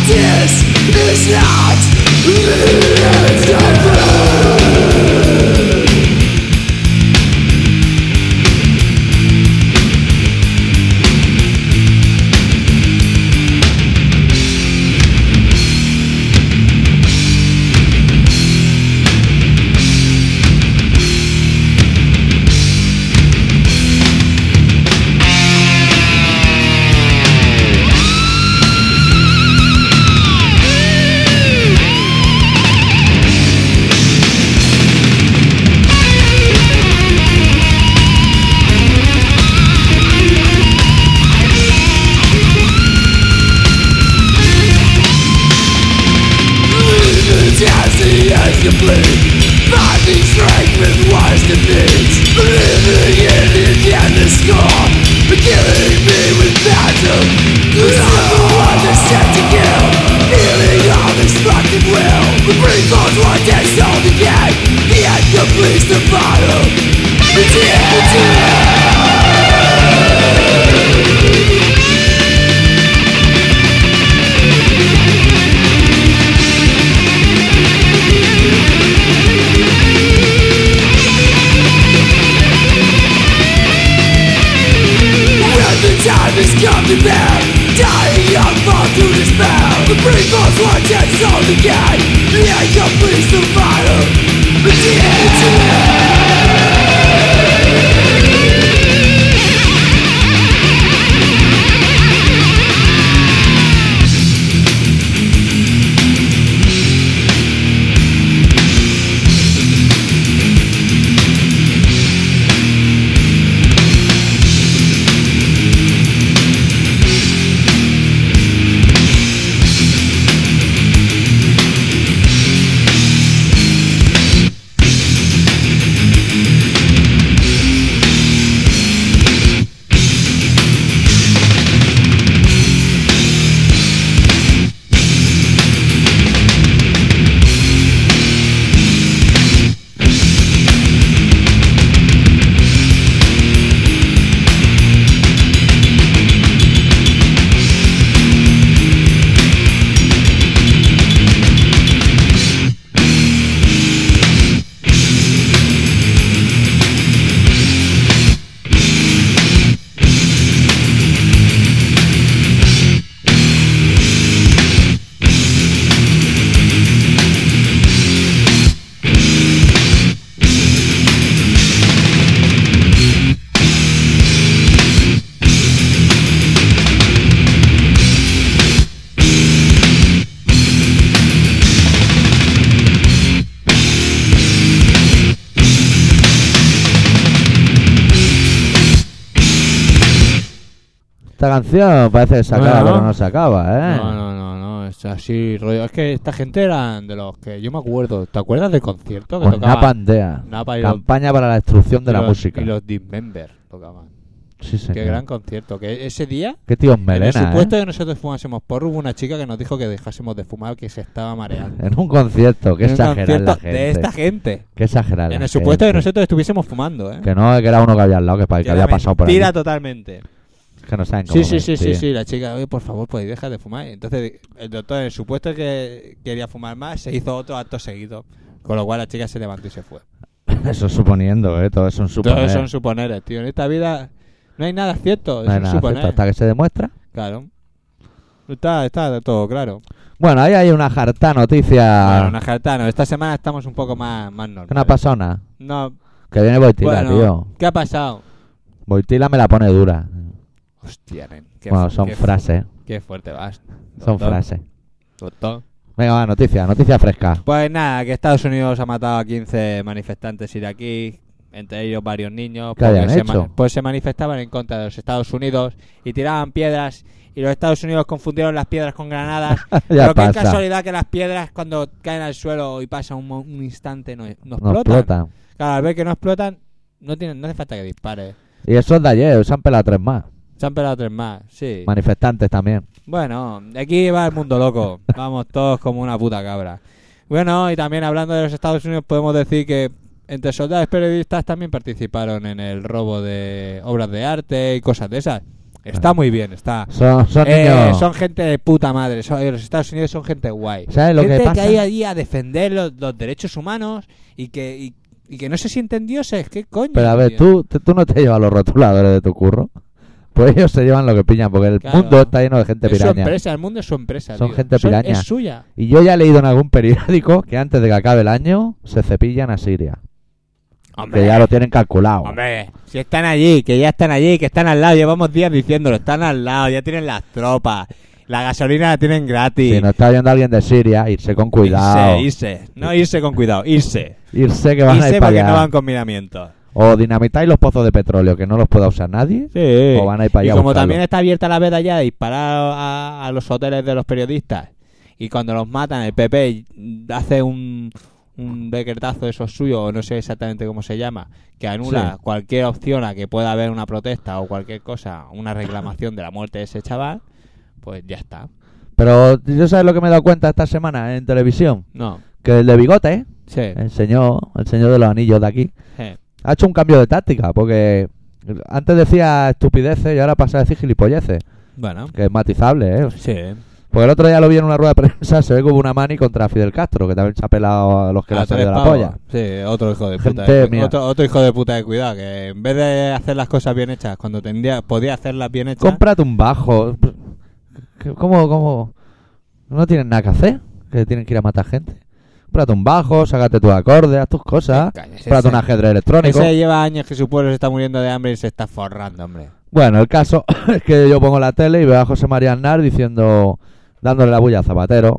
Speaker 4: is not It's not Please the bottom. It's here, it's here. When the time has come to bear Dying young fall to despair The brave falls once and sold again The incomplete survivor The end is near.
Speaker 1: Esta canción parece que se acaba,
Speaker 2: Bueno.
Speaker 1: pero no se acaba, ¿eh?
Speaker 2: No, no, no, no, es así rollo. Es que esta gente eran de los que yo me acuerdo. ¿Te acuerdas del concierto que
Speaker 1: Con
Speaker 2: tocaba?
Speaker 1: Napa Andea.
Speaker 2: Napa y los-
Speaker 1: Pues Campaña para la destrucción de
Speaker 2: y
Speaker 1: la
Speaker 2: los-
Speaker 1: música.
Speaker 2: Y los Dismember tocaban.
Speaker 1: Sí, señor.
Speaker 2: Qué gran concierto. Que ese día,
Speaker 1: Qué tíos
Speaker 2: en el
Speaker 1: melena,
Speaker 2: supuesto
Speaker 1: ¿eh?
Speaker 2: que nosotros fumásemos porro, hubo una chica que nos dijo que dejásemos de fumar, que se estaba mareando.
Speaker 1: En un concierto, qué
Speaker 2: En un
Speaker 1: exagerada la
Speaker 2: concierto De
Speaker 1: gente.
Speaker 2: esta gente.
Speaker 1: Qué exagerada la
Speaker 2: en el supuesto que
Speaker 1: gente.
Speaker 2: nosotros estuviésemos fumando, ¿eh?
Speaker 1: Que no, que era uno que había al lado, que, pa- que había pasado por ahí.
Speaker 2: Tira totalmente.
Speaker 1: Que no saben
Speaker 2: Sí,
Speaker 1: cómo
Speaker 2: sí, sí, sí,
Speaker 1: mentir.
Speaker 2: sí, la chica, oye, por favor, podéis dejar de fumar. Entonces, el doctor, en el supuesto que quería fumar más, se hizo otro acto seguido. Con lo cual la chica se levantó y se fue.
Speaker 1: Eso es suponiendo, ¿eh? Todo eso es un suponer.
Speaker 2: Todos son suponeres, tío. En esta vida no hay nada cierto, es
Speaker 1: No hay
Speaker 2: un
Speaker 1: nada
Speaker 2: suponer.
Speaker 1: cierto hasta que se demuestra.
Speaker 2: Claro. Está, está todo claro.
Speaker 1: Bueno, ahí hay una jarta noticia.
Speaker 2: Bueno, Najartano, esta semana estamos un poco más, más
Speaker 1: Que no ha
Speaker 2: normales.
Speaker 1: pasado nada.
Speaker 2: No,
Speaker 1: Que viene Boitila,
Speaker 2: bueno,
Speaker 1: tío.
Speaker 2: ¿qué ha pasado?
Speaker 1: Boitila me la pone dura.
Speaker 2: Hostia, nen, qué
Speaker 1: bueno,
Speaker 2: fu-
Speaker 1: son
Speaker 2: qué fu-
Speaker 1: frases.
Speaker 2: Qué fuerte vas.
Speaker 1: Son
Speaker 2: doctor,
Speaker 1: frases.
Speaker 2: doctor.
Speaker 1: Venga, va, noticia, noticia fresca.
Speaker 2: Pues nada, que Estados Unidos ha matado a 15 manifestantes iraquíes, entre ellos varios niños,
Speaker 1: ¿Qué habían
Speaker 2: se,
Speaker 1: hecho?
Speaker 2: pues se manifestaban en contra de los Estados Unidos y tiraban piedras y los Estados Unidos confundieron las piedras con granadas.
Speaker 1: ya
Speaker 2: pero qué
Speaker 1: pasa.
Speaker 2: casualidad que las piedras cuando caen al suelo y pasa un, mo- un instante no,
Speaker 1: No
Speaker 2: no explotan.
Speaker 1: explota.
Speaker 2: Claro, al ver que no explotan, no, tienen, no hace falta que dispare.
Speaker 1: Y eso es de ayer, se han pelado tres más.
Speaker 2: Se han pelado tres más, sí.
Speaker 1: Manifestantes también.
Speaker 2: Bueno, aquí va el mundo loco. Vamos todos como una puta cabra. Bueno, y también hablando de los Estados Unidos, podemos decir que entre soldados y periodistas también participaron en el robo de obras de arte y cosas de esas. Está muy bien, está.
Speaker 1: Son, son
Speaker 2: Eh,
Speaker 1: niños.
Speaker 2: son gente de puta madre. Son- eh, los Estados Unidos son gente guay.
Speaker 1: ¿Sabes lo que
Speaker 2: gente
Speaker 1: pasa?
Speaker 2: hay allí a defender los, los derechos humanos y que, y, y que no se sienten dioses. ¿Qué coño?
Speaker 1: Pero a ver,
Speaker 2: tío?
Speaker 1: tú, tú- tú no te llevas los rotuladores de tu curro. Pues ellos se llevan lo que pillan, porque el
Speaker 2: Claro.
Speaker 1: mundo está lleno de gente
Speaker 2: Es su
Speaker 1: piraña.
Speaker 2: empresa, el mundo es su empresa.
Speaker 1: Son
Speaker 2: tío.
Speaker 1: gente piraña.
Speaker 2: Es suya.
Speaker 1: Y yo ya he leído en algún periódico que antes de que acabe el año se cepillan a Siria. Que ya lo tienen calculado.
Speaker 2: Hombre, si están allí, que ya están allí, que están al lado, llevamos días diciéndolo, están al lado, ya tienen las tropas, la gasolina la tienen gratis.
Speaker 1: Si nos está viendo alguien de Siria, irse con cuidado.
Speaker 2: Irse, irse, no irse con cuidado, irse.
Speaker 1: Irse que van a
Speaker 2: Irse
Speaker 1: ir para
Speaker 2: porque
Speaker 1: allá.
Speaker 2: no van con miramientos.
Speaker 1: O dinamitáis los pozos de petróleo, que no los pueda usar nadie.
Speaker 2: Sí.
Speaker 1: O van a ir para
Speaker 2: y
Speaker 1: allá a
Speaker 2: como
Speaker 1: buscarlo.
Speaker 2: también está abierta la veda ya de disparar a, a los hoteles de los periodistas y cuando los matan el PP hace un, un decretazo de esos suyos o no sé exactamente cómo se llama que anula
Speaker 1: Sí.
Speaker 2: cualquier opción a que pueda haber una protesta o cualquier cosa una reclamación de la muerte de ese chaval pues ya está
Speaker 1: Pero yo sabes lo que me he dado cuenta esta semana en televisión.
Speaker 2: no
Speaker 1: Que el de bigote,
Speaker 2: sí,
Speaker 1: el señor, el señor de los anillos de aquí,
Speaker 2: sí.
Speaker 1: ha hecho un cambio de táctica. Porque antes decía estupideces y ahora pasa a decir gilipolleces.
Speaker 2: bueno
Speaker 1: Que es matizable, ¿eh?
Speaker 2: sí
Speaker 1: Porque el otro día lo vi en una rueda de prensa, se ve que hubo una mani contra Fidel Castro, que también se ha pelado a los que le
Speaker 2: A
Speaker 1: han salido
Speaker 2: Ah, tres
Speaker 1: la
Speaker 2: pavos.
Speaker 1: polla.
Speaker 2: Sí, otro hijo de puta.
Speaker 1: Gente
Speaker 2: de cu-
Speaker 1: mía.
Speaker 2: otro, otro hijo de puta de cuidado, que en vez de hacer las cosas bien hechas, cuando tendría, podía hacerlas bien hechas.
Speaker 1: Cómprate un bajo. ¿Cómo, cómo? No tienen nada que hacer, que tienen que ir a matar gente. Cómprate un bajo, sácate tus acordes, haz tus cosas.
Speaker 2: Venga, ese-
Speaker 1: Cómprate un
Speaker 2: ese-
Speaker 1: ajedrez electrónico.
Speaker 2: Ese lleva años que su pueblo se está muriendo de hambre y se está forrando, hombre.
Speaker 1: Bueno, el caso es que yo pongo la tele y veo a José María Aznar diciendo, dándole la bulla a Zapatero,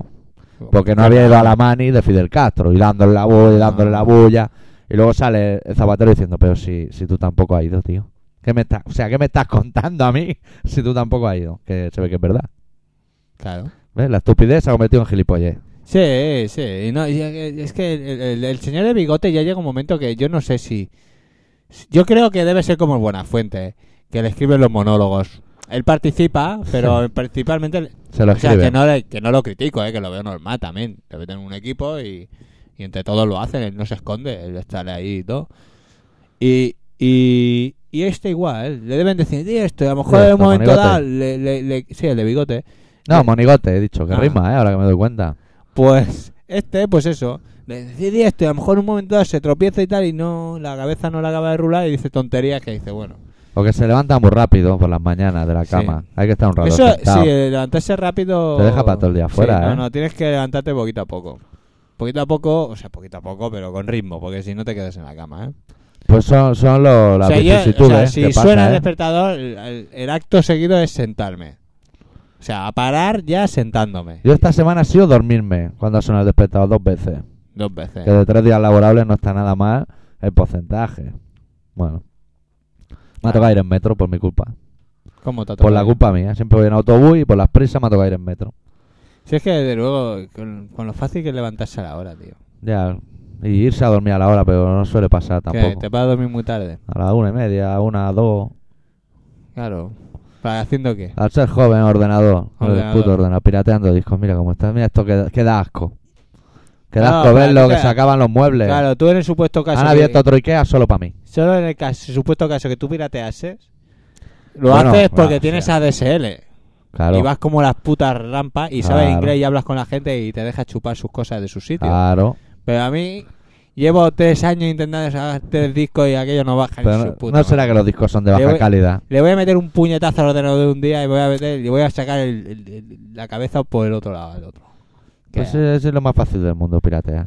Speaker 1: porque no había ido a la mani de Fidel Castro, y dándole la bulla, y dándole
Speaker 2: Ah.
Speaker 1: la bulla. Y luego sale el Zapatero diciendo, pero si, si tú tampoco has ido, tío. ¿Qué me estás, o sea, ¿qué me estás contando a mí si tú tampoco has ido? Que se ve que es verdad.
Speaker 2: Claro.
Speaker 1: ¿Ves? La estupidez se ha convertido en gilipollez.
Speaker 2: Sí, sí. y no, y, eh, es que el, el- el señor de bigote ya llega un momento que yo no sé si. Yo creo que debe ser como el Buenafuente, que le escriben los monólogos. Él participa, pero principalmente le-
Speaker 1: Se lo
Speaker 2: O sea,
Speaker 1: escribe.
Speaker 2: que no, le- que no lo critico, eh, que lo veo normal también. Debe tener un equipo y, y entre todos lo hacen, él no se esconde, él está ahí y todo. Y, y, y este igual, le deben decir, di esto, y a lo mejor
Speaker 1: Di
Speaker 2: en un
Speaker 1: esto,
Speaker 2: momento
Speaker 1: monigote.
Speaker 2: dado, le, le- le- sí, el de bigote,
Speaker 1: No, monigote, he dicho, que
Speaker 2: Ah.
Speaker 1: rima, ¿eh? Ahora que me doy cuenta.
Speaker 2: pues este, pues eso, le decir, di esto, y a lo mejor en un momento dado se tropieza y tal, y no, la cabeza no la acaba de rular y dice tonterías que dice, bueno.
Speaker 1: O que se levanta muy rápido por las mañanas de la
Speaker 2: Sí.
Speaker 1: cama. Hay que estar un rato
Speaker 2: Eso,
Speaker 1: sentado.
Speaker 2: sí, eh, levantarse rápido.
Speaker 1: Te deja para todo el día
Speaker 2: Sí,
Speaker 1: fuera,
Speaker 2: No,
Speaker 1: ¿eh?
Speaker 2: no, tienes que levantarte poquito a poco. Poquito a poco, o sea, poquito a poco, pero con ritmo, porque si no te quedas en la cama, ¿eh?
Speaker 1: Pues son, son lo-
Speaker 2: O
Speaker 1: las
Speaker 2: sea, yo- o sea,
Speaker 1: vicisitudes
Speaker 2: si
Speaker 1: que pasa,
Speaker 2: suena el
Speaker 1: ¿eh?
Speaker 2: despertador, el, el- el acto seguido es sentarme. O sea, a parar ya sentándome.
Speaker 1: Yo esta semana ha sido dormirme cuando ha sonado el despertador dos veces.
Speaker 2: Dos veces.
Speaker 1: Que de tres días laborables no está nada mal el porcentaje. Bueno. Me ha tocado ir en metro por mi culpa.
Speaker 2: ¿Cómo te ha
Speaker 1: Por la
Speaker 2: tocado?
Speaker 1: culpa mía. Siempre voy en autobús y por las prisas me ha tocado ir en metro.
Speaker 2: Si es que, desde luego, con, con lo fácil que es levantarse a la hora, tío.
Speaker 1: Ya. Y irse a dormir a la hora, pero no suele pasar
Speaker 2: Que
Speaker 1: tampoco.
Speaker 2: te vas a dormir muy tarde.
Speaker 1: A las una y media, a una, a dos.
Speaker 2: Claro. ¿Para haciendo qué?
Speaker 1: Al ser joven, ordenador.
Speaker 2: Ordenador.
Speaker 1: El puto ordenador. Pirateando discos. Mira cómo está. Mira esto que, que da asco. Que da
Speaker 2: No,
Speaker 1: asco
Speaker 2: para
Speaker 1: verlo,
Speaker 2: que
Speaker 1: que
Speaker 2: sea-
Speaker 1: se acaban los muebles.
Speaker 2: Claro, tú en el supuesto caso.
Speaker 1: Han
Speaker 2: que-
Speaker 1: abierto otro Ikea solo para mí.
Speaker 2: Solo en el caso, supuesto caso que tú pirateases, lo
Speaker 1: Bueno,
Speaker 2: haces porque
Speaker 1: va, o
Speaker 2: tienes
Speaker 1: sea,
Speaker 2: ADSL.
Speaker 1: Claro.
Speaker 2: Y vas como las putas rampas y sabes
Speaker 1: Claro. Ah.
Speaker 2: inglés y hablas con la gente y te dejas chupar sus cosas de su sitio.
Speaker 1: Claro.
Speaker 2: Pero a mí llevo tres años intentando sacar tres discos y aquello no baja
Speaker 1: Pero
Speaker 2: ni su
Speaker 1: no,
Speaker 2: puta.
Speaker 1: no será
Speaker 2: madre.
Speaker 1: que los discos son de baja
Speaker 2: Yo voy-
Speaker 1: calidad.
Speaker 2: Le voy a meter un puñetazo al ordenador de un día y voy a meter, y voy a sacar el- el- el- la cabeza por el otro lado del otro. Que-
Speaker 1: Pues es, es lo más fácil del mundo piratear.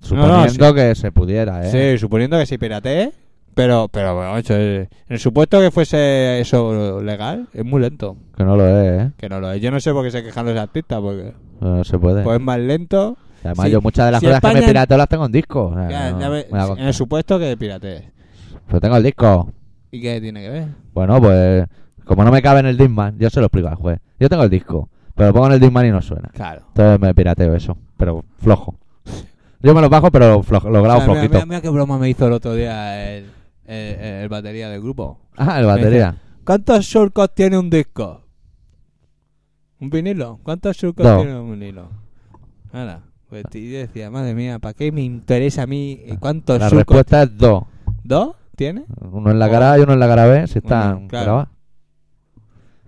Speaker 1: Suponiendo
Speaker 2: no,
Speaker 1: que se pudiera, ¿eh?
Speaker 2: Sí, suponiendo que sí piratee, pero, pero bueno, macho, eh, en el supuesto que fuese eso legal, es muy lento.
Speaker 1: Que no lo es, ¿eh?
Speaker 2: Que no lo es. Yo no sé por qué se quejan los artistas, porque
Speaker 1: No, no se puede.
Speaker 2: pues es más lento.
Speaker 1: Y Además,
Speaker 2: sí.
Speaker 1: yo muchas de las
Speaker 2: Si
Speaker 1: cosas que me
Speaker 2: España-
Speaker 1: pirateo las tengo en disco. O sea,
Speaker 2: Ya-
Speaker 1: no-
Speaker 2: ya ve-
Speaker 1: me la
Speaker 2: en el supuesto que piratees.
Speaker 1: con- Pero tengo el disco.
Speaker 2: ¿Y qué tiene que ver?
Speaker 1: Bueno, pues como no me cabe en el Discman, yo se lo explico al juez. Yo tengo el disco, pero lo pongo en el Discman y no suena.
Speaker 2: Claro.
Speaker 1: Entonces me pirateo eso, pero flojo. Yo me lo bajo, pero flojo, lo grabo
Speaker 2: Mira, mira,
Speaker 1: flojito.
Speaker 2: mira, mira qué broma me hizo el otro día el, el- el batería del grupo.
Speaker 1: Ah, el batería.
Speaker 2: ¿Cuántos surcos tiene un disco? ¿Un vinilo? ¿Cuántos surcos
Speaker 1: Dos.
Speaker 2: tiene un vinilo? Ahora, pues t- yo decía, madre mía, ¿para qué me interesa a mí eh, cuántos
Speaker 1: La
Speaker 2: surcos?
Speaker 1: respuesta es dos.
Speaker 2: ¿Dos tiene?
Speaker 1: Uno en la cara A y uno en la cara B, si
Speaker 2: Bueno,
Speaker 1: están
Speaker 2: Oh. claro.
Speaker 1: grabados.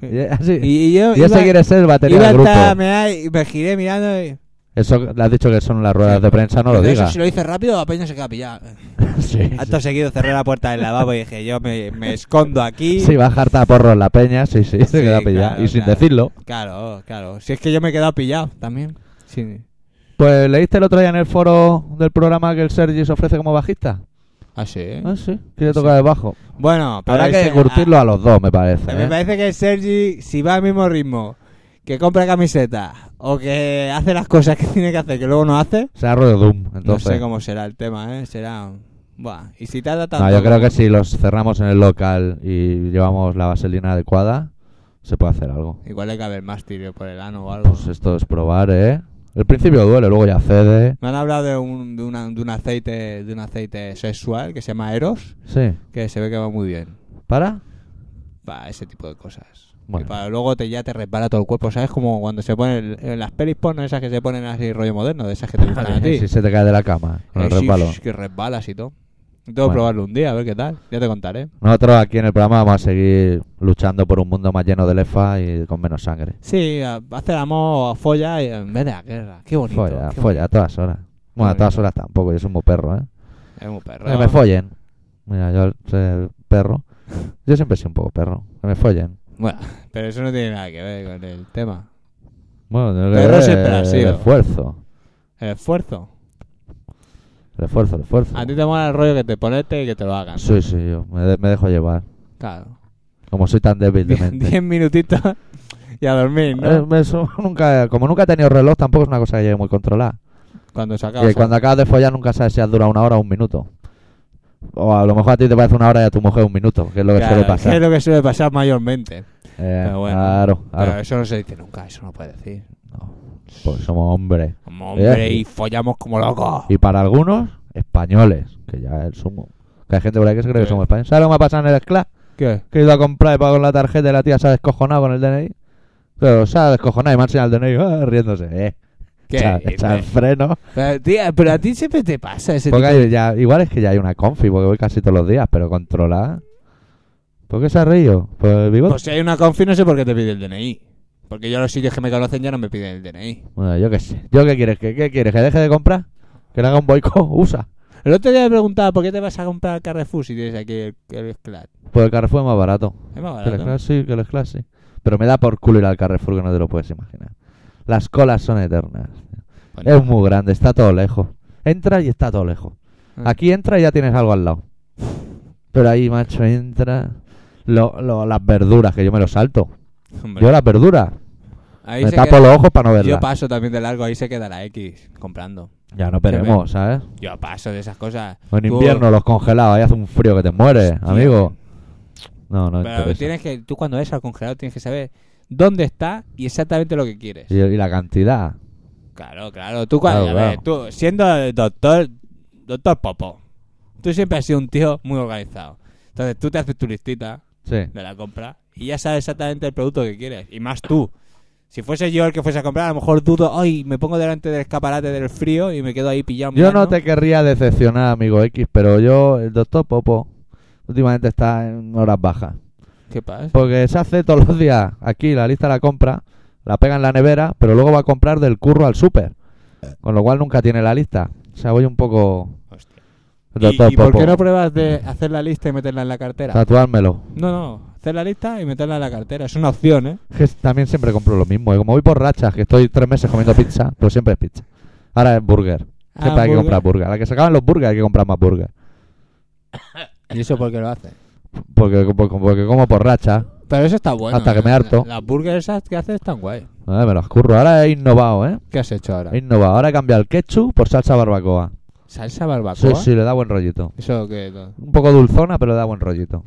Speaker 1: Y, así, y,
Speaker 2: Y, y yo
Speaker 1: ese quiere ser el batería
Speaker 2: iba
Speaker 1: del grupo.
Speaker 2: hasta mear y me giré mirando y...
Speaker 1: Eso le has dicho que son las ruedas de prensa, no lo
Speaker 2: Pero
Speaker 1: digas.
Speaker 2: Eso, si lo hice rápido, la peña se queda pillada.
Speaker 1: sí,
Speaker 2: Acto seguido cerré la puerta del lavabo y dije, yo me, me escondo aquí.
Speaker 1: sí. Sí, bajar a porros la peña, sí, sí, se
Speaker 2: Sí,
Speaker 1: queda pillado.
Speaker 2: claro,
Speaker 1: y sin
Speaker 2: claro.
Speaker 1: decirlo.
Speaker 2: Claro, claro. Si es que yo me he quedado pillado también. Sí.
Speaker 1: Pues leíste el otro día en el foro del programa que el Sergi se ofrece como bajista.
Speaker 2: Ah, sí.
Speaker 1: Ah, sí, quiere tocar el bajo.
Speaker 2: Bueno, pero
Speaker 1: Habrá que
Speaker 2: ese-
Speaker 1: curtirlo
Speaker 2: ah,
Speaker 1: a los dos, me parece.
Speaker 2: Me
Speaker 1: ¿eh?
Speaker 2: parece que el Sergi, si va al mismo ritmo que compra camiseta o que hace las cosas que tiene que hacer que luego no hace,
Speaker 1: Será Rodeo Doom, entonces.
Speaker 2: no sé cómo será el tema, ¿eh? Será... Buah, y si tarda tanto...
Speaker 1: No, yo creo
Speaker 2: como-
Speaker 1: que si los cerramos en el local y llevamos la vaselina adecuada, se puede hacer algo.
Speaker 2: Igual le cabe el mástil por el ano o algo.
Speaker 1: Pues esto es probar, ¿eh? El principio duele, luego ya cede.
Speaker 2: Me han hablado de un, de, una- de un aceite de un aceite sexual que se llama Eros,
Speaker 1: Sí.
Speaker 2: que se ve que va muy bien.
Speaker 1: ¿Para?
Speaker 2: Para ese tipo de cosas.
Speaker 1: Bueno.
Speaker 2: Y para luego te, ya te repara todo el cuerpo, ¿sabes? Como cuando se ponen en las pelis porno, esas que se ponen así rollo moderno, de esas que te gustan a ti.
Speaker 1: Si se te cae de la cama con el
Speaker 2: Eh, sí,
Speaker 1: resbalón.
Speaker 2: sí, que resbalas y todo. Tengo
Speaker 1: Bueno.
Speaker 2: que probarlo un día, a ver qué tal. Ya te contaré.
Speaker 1: Nosotros aquí en el programa vamos a seguir luchando por un mundo más lleno de lefa y con menos sangre.
Speaker 2: Sí, a- hace el amor, folla y en vez de la guerra. Qué bonito.
Speaker 1: folla,
Speaker 2: qué
Speaker 1: folla a todas horas. Bueno, a
Speaker 2: Qué
Speaker 1: todas
Speaker 2: bonito.
Speaker 1: horas tampoco, yo soy muy perro, ¿eh?
Speaker 2: bonito. Es un perro.
Speaker 1: Que me follen. Mira, yo al ser perro. Yo siempre soy un poco perro. Que me follen.
Speaker 2: Bueno, pero eso no tiene nada que ver con el tema.
Speaker 1: Bueno, yo
Speaker 2: Perro
Speaker 1: creo que
Speaker 2: siempre ha
Speaker 1: el
Speaker 2: sido.
Speaker 1: esfuerzo.
Speaker 2: El esfuerzo.
Speaker 1: El esfuerzo, el esfuerzo.
Speaker 2: A ti te mola el rollo que te ponete y que te lo hagan.
Speaker 1: Sí, sí, yo me, de- me dejo llevar.
Speaker 2: Claro.
Speaker 1: Como soy tan débil de
Speaker 2: Die-
Speaker 1: mente.
Speaker 2: Diez minutitos y a dormir, ¿no?
Speaker 1: Eh, me su- nunca, como nunca he tenido reloj, tampoco es una cosa que lleve muy controlada.
Speaker 2: cuando se acaba.
Speaker 1: Que cuando acabas de follar nunca sabes si has durado una hora o un minuto. O a lo mejor a ti te parece una hora y a tu mujer un minuto, que es lo que
Speaker 2: Claro,
Speaker 1: suele pasar.
Speaker 2: Es lo que suele pasar mayormente.
Speaker 1: Eh,
Speaker 2: Pero bueno.
Speaker 1: Claro, claro.
Speaker 2: Pero eso no se dice nunca, eso no puede decir.
Speaker 1: Pues somos hombres.
Speaker 2: Como hombre
Speaker 1: Eh.
Speaker 2: y follamos como locos.
Speaker 1: Y para algunos, españoles, que ya es el sumo. Que hay gente por ahí que se cree que
Speaker 2: Sí.
Speaker 1: somos españoles. ¿Sabes lo que me ha pasado en el esclavo?
Speaker 2: ¿Qué?
Speaker 1: Que he ido a comprar y pago con la tarjeta y la tía se ha descojonado con el DNI. Pero se ha descojonado y me ha enseñado el DNI ah, riéndose. Eh,
Speaker 2: ¿Qué?
Speaker 1: echa- echa el freno.
Speaker 2: Pero, tía, pero a ti siempre te pasa ese
Speaker 1: Porque
Speaker 2: tipo
Speaker 1: hay ya, igual es que ya hay una confi, porque voy casi todos los días, pero controlada. ¿Por qué se ha reído? Por el
Speaker 2: de-
Speaker 1: bigote.
Speaker 2: Pues si hay una confi, no sé por qué te pide el DNI. Porque yo a los sitios que me conocen ya no me piden el DNI.
Speaker 1: Bueno, yo qué sé. ¿Yo qué quieres? ¿Que, ¿Qué quieres? ¿Que deje de comprar? ¿Que le haga un boicot? Usa.
Speaker 2: El otro día me preguntaba por qué te vas a comprar Carrefour si tienes aquí el, el Sclat.
Speaker 1: Pues el Carrefour es más barato.
Speaker 2: Es más
Speaker 1: Que el
Speaker 2: barato.
Speaker 1: Sclass sí, que el Sclass sí. Pero me da por culo ir al Carrefour que no te lo puedes imaginar. Las colas son eternas.
Speaker 2: Bueno,
Speaker 1: Es muy grande, está todo lejos. Entra y está todo lejos.
Speaker 2: Ah.
Speaker 1: Aquí entra y ya tienes algo al lado. Pero ahí, macho, entra. Lo- lo- las verduras, que yo me lo salto.
Speaker 2: hombre.
Speaker 1: Yo las verduras.
Speaker 2: Ahí
Speaker 1: me
Speaker 2: se
Speaker 1: tapo
Speaker 2: queda-
Speaker 1: los ojos para no verla.
Speaker 2: Yo paso también de largo, ahí se queda la X comprando.
Speaker 1: ya no esperemos, ¿sabes?
Speaker 2: Yo paso de esas cosas.
Speaker 1: O en
Speaker 2: Tú-
Speaker 1: invierno los congelados, ahí hace un frío que te mueres,
Speaker 2: Hostia.
Speaker 1: amigo. No, no
Speaker 2: Pero
Speaker 1: interesa.
Speaker 2: tienes que, tú cuando ves al congelado tienes que saber dónde está y exactamente lo que quieres.
Speaker 1: Y, y la cantidad.
Speaker 2: Claro, claro. Tú, cuando,
Speaker 1: Claro,
Speaker 2: a ver, tú siendo doctor, doctor Popo, tú siempre has sido un tío muy organizado. Entonces tú te haces tu listita
Speaker 1: Sí.
Speaker 2: de la compra y ya sabes exactamente el producto que quieres. Y más tú. Si fuese yo el que fuese a comprar, a lo mejor dudo, ay, me pongo delante del escaparate del frío y me quedo ahí pillado.
Speaker 1: Yo no
Speaker 2: mirando".
Speaker 1: te querría decepcionar, amigo X, pero yo, el doctor Popo, últimamente está en horas bajas.
Speaker 2: ¿Qué pasa?
Speaker 1: Porque se hace todos los días aquí la lista de la compra, la pega en la nevera, pero luego va a comprar del curro al súper. Con lo cual nunca tiene la lista. O sea, voy un poco.
Speaker 2: Hostia.
Speaker 1: el
Speaker 2: ¿Y,
Speaker 1: Doctor
Speaker 2: y por
Speaker 1: Popo.
Speaker 2: qué no pruebas de hacer la lista y meterla en la cartera?
Speaker 1: Tatuármelo.
Speaker 2: No, no, hacer la lista y meterla en la cartera. Es una opción, ¿eh?
Speaker 1: que también siempre compro lo mismo. Y como voy por rachas, que estoy tres meses comiendo pizza, pero siempre es pizza. Ahora es burger. Siempre hay que
Speaker 2: burger.
Speaker 1: comprar burger. A la que se acaban los burgers hay que comprar más burger.
Speaker 2: ¿Y eso por qué lo haces?
Speaker 1: Porque, porque, porque como por racha,
Speaker 2: Pero eso está bueno.
Speaker 1: Hasta que me
Speaker 2: ¿eh?
Speaker 1: harto.
Speaker 2: Las burgers esas que haces están guay.
Speaker 1: eh, me los curro. Ahora he innovado, ¿eh?
Speaker 2: ¿Qué has hecho ahora?
Speaker 1: He innovado. Ahora he cambiado el ketchup por salsa barbacoa.
Speaker 2: ¿Salsa
Speaker 1: Sí,
Speaker 2: barbacoa?
Speaker 1: sí, le da buen rollito.
Speaker 2: Eso que... no.
Speaker 1: Un poco dulzona, pero le da buen rollito.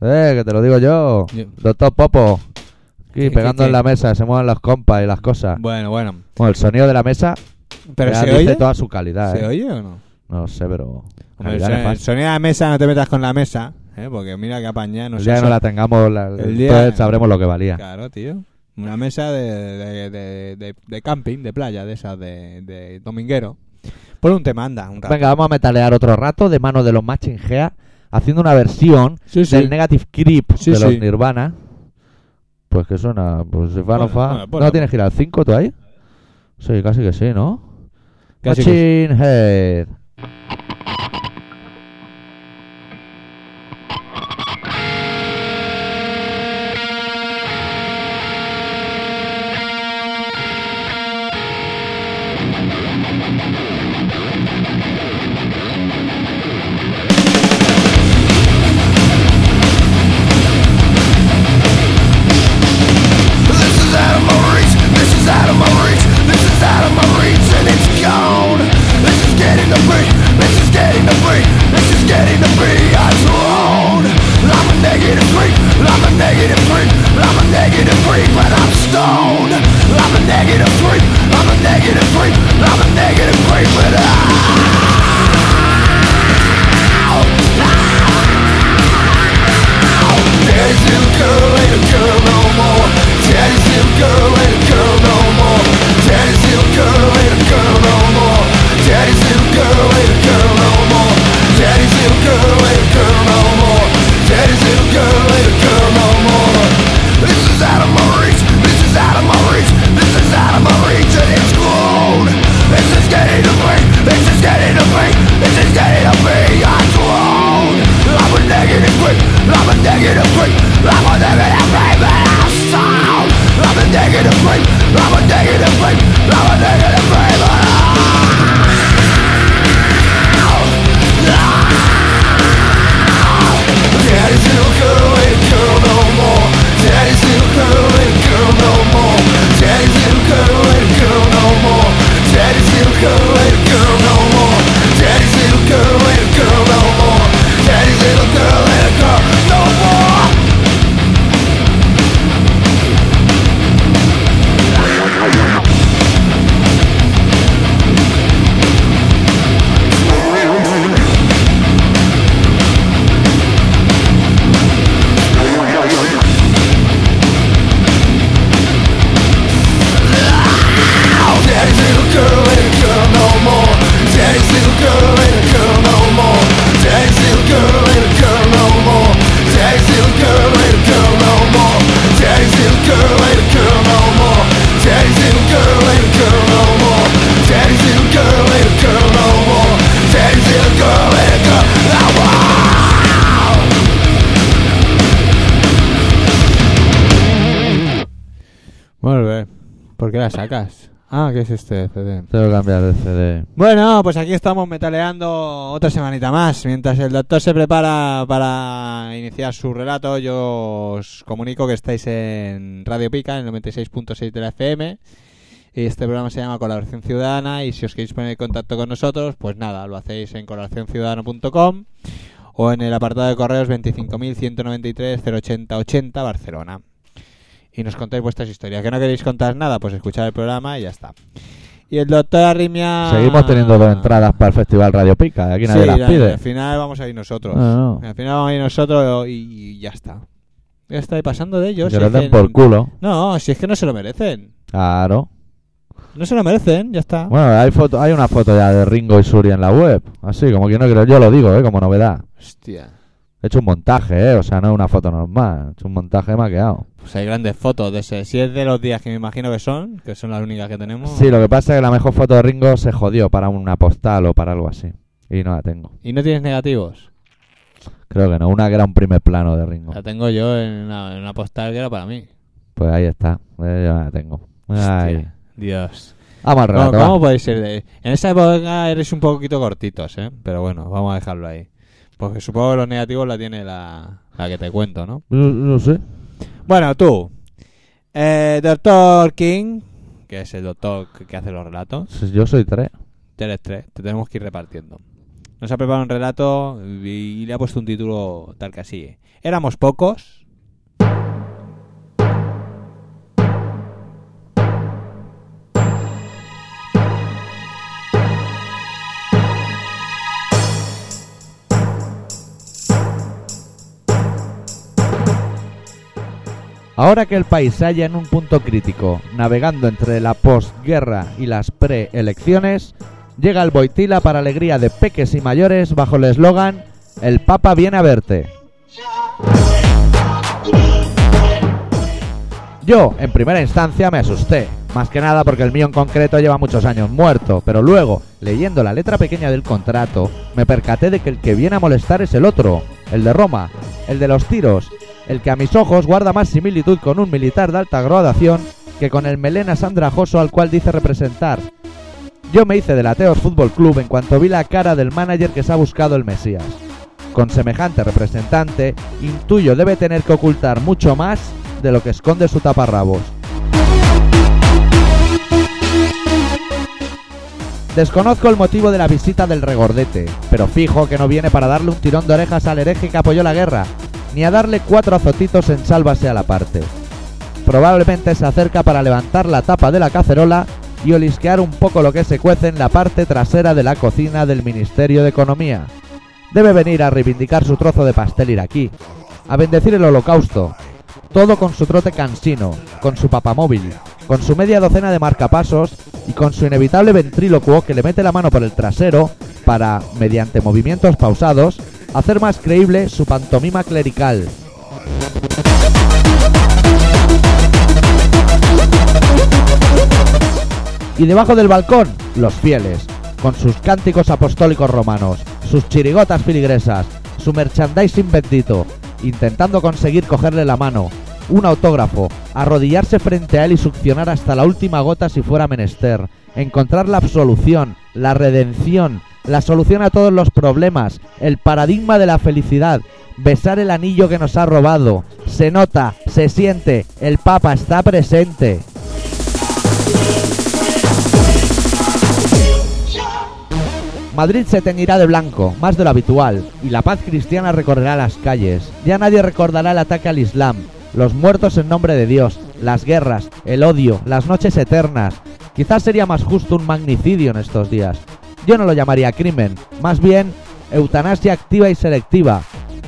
Speaker 1: Eh, que te lo digo yo.
Speaker 2: Yo-
Speaker 1: Doctor Popo. Aquí
Speaker 2: ¿Qué-
Speaker 1: pegando
Speaker 2: qué-
Speaker 1: en la mesa, se mueven las compas y las cosas.
Speaker 2: Bueno, bueno.
Speaker 1: Bueno, el sonido de la mesa
Speaker 2: ¿Pero
Speaker 1: ya
Speaker 2: se
Speaker 1: Ah. dice
Speaker 2: oye?
Speaker 1: toda su calidad,
Speaker 2: ¿Se
Speaker 1: ¿eh?
Speaker 2: oye o no?
Speaker 1: No lo sé, pero...
Speaker 2: Hombre, el,
Speaker 1: calidad
Speaker 2: son-
Speaker 1: nefasta.
Speaker 2: el sonido de la mesa no te metas con la mesa, ¿eh? Porque mira que apañar. No
Speaker 1: el
Speaker 2: sé
Speaker 1: día que
Speaker 2: eso-
Speaker 1: no la tengamos, la-
Speaker 2: el día-
Speaker 1: entonces sabremos lo que valía.
Speaker 2: Claro, tío. Una mesa de, de, de- de- de camping, de playa, de esas, de, de dominguero. Pon un tema, anda, un rato.
Speaker 1: Venga, vamos a metalear otro rato de mano de los más chingeas, haciendo una versión
Speaker 2: Sí, sí.
Speaker 1: del Negative Creep
Speaker 2: Sí,
Speaker 1: de los
Speaker 2: sí.
Speaker 1: Nirvana. Pues que suena, pues si fa
Speaker 2: Ponla,
Speaker 1: no fa.
Speaker 2: ponla, ponla.
Speaker 1: No tienes que ir al 5 tú ahí. Sí, casi que sí, ¿no?
Speaker 2: Casi que
Speaker 1: Machine Head.
Speaker 4: This is out of my reach, this is out of my reach, this is out of my reach, and it's gone. This is getting to be, this is getting to be, this is getting to be as wrong. I'm a negative freak, I'm a negative freak, I'm a negative freak, but I'm stoned. I'm a negative freak, I'm a negative freak, I'm a negative freak, but I'm Daddy's little girl ain't a girl no more. Daddy's little girl ain't a girl no more. Daddy's little girl ain't a girl no more. Daddy's little girl ain't a girl no more. Daddy's little girl ain't a girl no more. Daddy's little girl ain't a girl no more. This is out of my reach. This is out of my reach. This is out of my reach, and it's grown. This is getting to me. This is getting to me. This is getting to me. I'm grown. I'm a negative freak. I'm a negative freak. I'm a negative freak, but I'm sound. I'm a negative freak. I'm a negative freak. I'm a negative freak, but Daddy's little girl ain't a girl no more. Daddy's little girl ain't a girl no more. Daddy's little girl ain't a girl no more. Daddy's little girl ain't a girl no more. Daddy's little girl ain't a girl no more. Daddy's little girl ain't a girl no more. Daddy's little girl ain't a girl no more. Daddy's little girl ain't a girl no more. Daddy's little girl ain't a girl no more. Daddy's little girl ain't a girl no more. Daddy's little girl ain't a girl no more. Daddy's little girl ain't a girl no more. Daddy's little girl ain't a girl no more. Daddy's little girl ain't a girl no more.
Speaker 2: Molt bé. ¿Por qué la sacas? Ah, ¿qué es este CD?
Speaker 1: Tengo que cambiar de CD.
Speaker 2: Bueno, pues aquí estamos metaleando otra semanita más. Mientras el doctor se prepara para iniciar su relato, yo os comunico que estáis en Radio Pica, en el 96.6 de la FM. Y este programa se llama Colaboración Ciudadana. Y si os queréis poner en contacto con nosotros, pues nada, lo hacéis en colaboracionciudadana.com o en el apartado de correos 25.193.080.80 Barcelona. Y nos contáis vuestras historias. Que no queréis contar nada, pues escuchar el programa y ya está. Y el doctor Arrimia.
Speaker 1: Seguimos teniendo dos entradas para el Festival Radio Pica. Aquí nadie
Speaker 2: Ah. Sí,
Speaker 1: las
Speaker 2: al-
Speaker 1: pide.
Speaker 2: Al final vamos a ir nosotros.
Speaker 1: No, no.
Speaker 2: Al final vamos a ir nosotros y, y ya está. Ya está, y pasando de ellos.
Speaker 1: Que
Speaker 2: si
Speaker 1: les
Speaker 2: es
Speaker 1: den
Speaker 2: que-
Speaker 1: por culo.
Speaker 2: No, si es que no se lo merecen.
Speaker 1: Claro.
Speaker 2: No se lo merecen, ya está.
Speaker 1: Bueno, hay foto, hay una foto ya de Ringo y Suri en la web. Así, como que no creo, yo lo digo, ¿eh? como novedad.
Speaker 2: Hostia.
Speaker 1: He hecho un montaje, ¿eh? o sea, no es una foto normal. He hecho un montaje maqueado.
Speaker 2: Pues hay grandes fotos de ese. Si es de los días que me imagino que son, que son las únicas que tenemos.
Speaker 1: Sí, lo que pasa es que la mejor foto de Ringo se jodió para una postal o para algo así. Y no la tengo.
Speaker 2: Y no tienes negativos.
Speaker 1: Creo que no. Una que era un primer plano de Ringo.
Speaker 2: La tengo yo en una, en una postal que era para mí.
Speaker 1: Pues ahí está. Eh, yo no la tengo. Ay.
Speaker 2: Hostia, Dios.
Speaker 1: Vamos al
Speaker 2: ¿Cómo,
Speaker 1: relato.
Speaker 2: cómo
Speaker 1: va.
Speaker 2: podéis ser de.? En esa época eres un poquito cortitos, ¿eh? Pero bueno, vamos a dejarlo ahí. Porque supongo que los negativos la tiene la, la que te cuento, ¿no?
Speaker 1: No, no sé.
Speaker 2: Bueno, tú. Eh, doctor King, que es el doctor que- que hace los relatos.
Speaker 1: Si Yo soy tres.
Speaker 2: Tú eres tres, te tenemos que ir repartiendo. Nos ha preparado un relato y le ha puesto un título tal que así. Éramos pocos.
Speaker 1: Ahora que el país se halla en un punto crítico, navegando entre la posguerra y las preelecciones, llega el Boitila para alegría de peques y mayores bajo el eslogan El Papa viene a verte. Yo, en primera instancia, me asusté, más que nada porque el mío en concreto lleva muchos años muerto, pero luego, leyendo la letra pequeña del contrato, me percaté de que el que viene a molestar es el otro, el de Roma, el de los tiros, el que a mis ojos guarda más similitud con un militar de alta graduación que con el melena sandrajoso al cual dice representar. Yo me hice del Ateos Fútbol Club en cuanto vi la cara del manager que se ha buscado el Mesías. Con semejante representante, intuyo debe tener que ocultar mucho más de lo que esconde su taparrabos. Desconozco el motivo de la visita del regordete, pero fijo que no viene para darle un tirón de orejas al hereje que apoyó la guerra, ni a darle cuatro azotitos en sálvase a la parte. Probablemente se acerca para levantar la tapa de la cacerola y olisquear un poco lo que se cuece en la parte trasera de la cocina del Ministerio de Economía. Debe venir a reivindicar su trozo de pastel iraquí, a bendecir el holocausto, todo con su trote cansino, con su papamóvil, con su media docena de marcapasos y con su inevitable ventrílocuo que le mete la mano por el trasero para, mediante movimientos pausados, hacer más creíble su pantomima clerical. Y debajo del balcón, los fieles, con sus cánticos apostólicos romanos, sus chirigotas filigresas, su merchandising bendito, intentando conseguir cogerle la mano, un autógrafo, arrodillarse frente a él y succionar hasta la última gota si fuera menester, encontrar la absolución, la redención, la solución a todos los problemas, el paradigma de la felicidad, besar el anillo que nos ha robado. Se nota, se siente, el Papa está presente. Madrid se teñirá de blanco, más de lo habitual, y la paz cristiana recorrerá las calles. Ya nadie recordará el ataque al Islam, los muertos en nombre de Dios, las guerras, el odio, las noches eternas. Quizás sería más justo un magnicidio en estos días. Yo no lo llamaría crimen, más bien eutanasia activa y selectiva.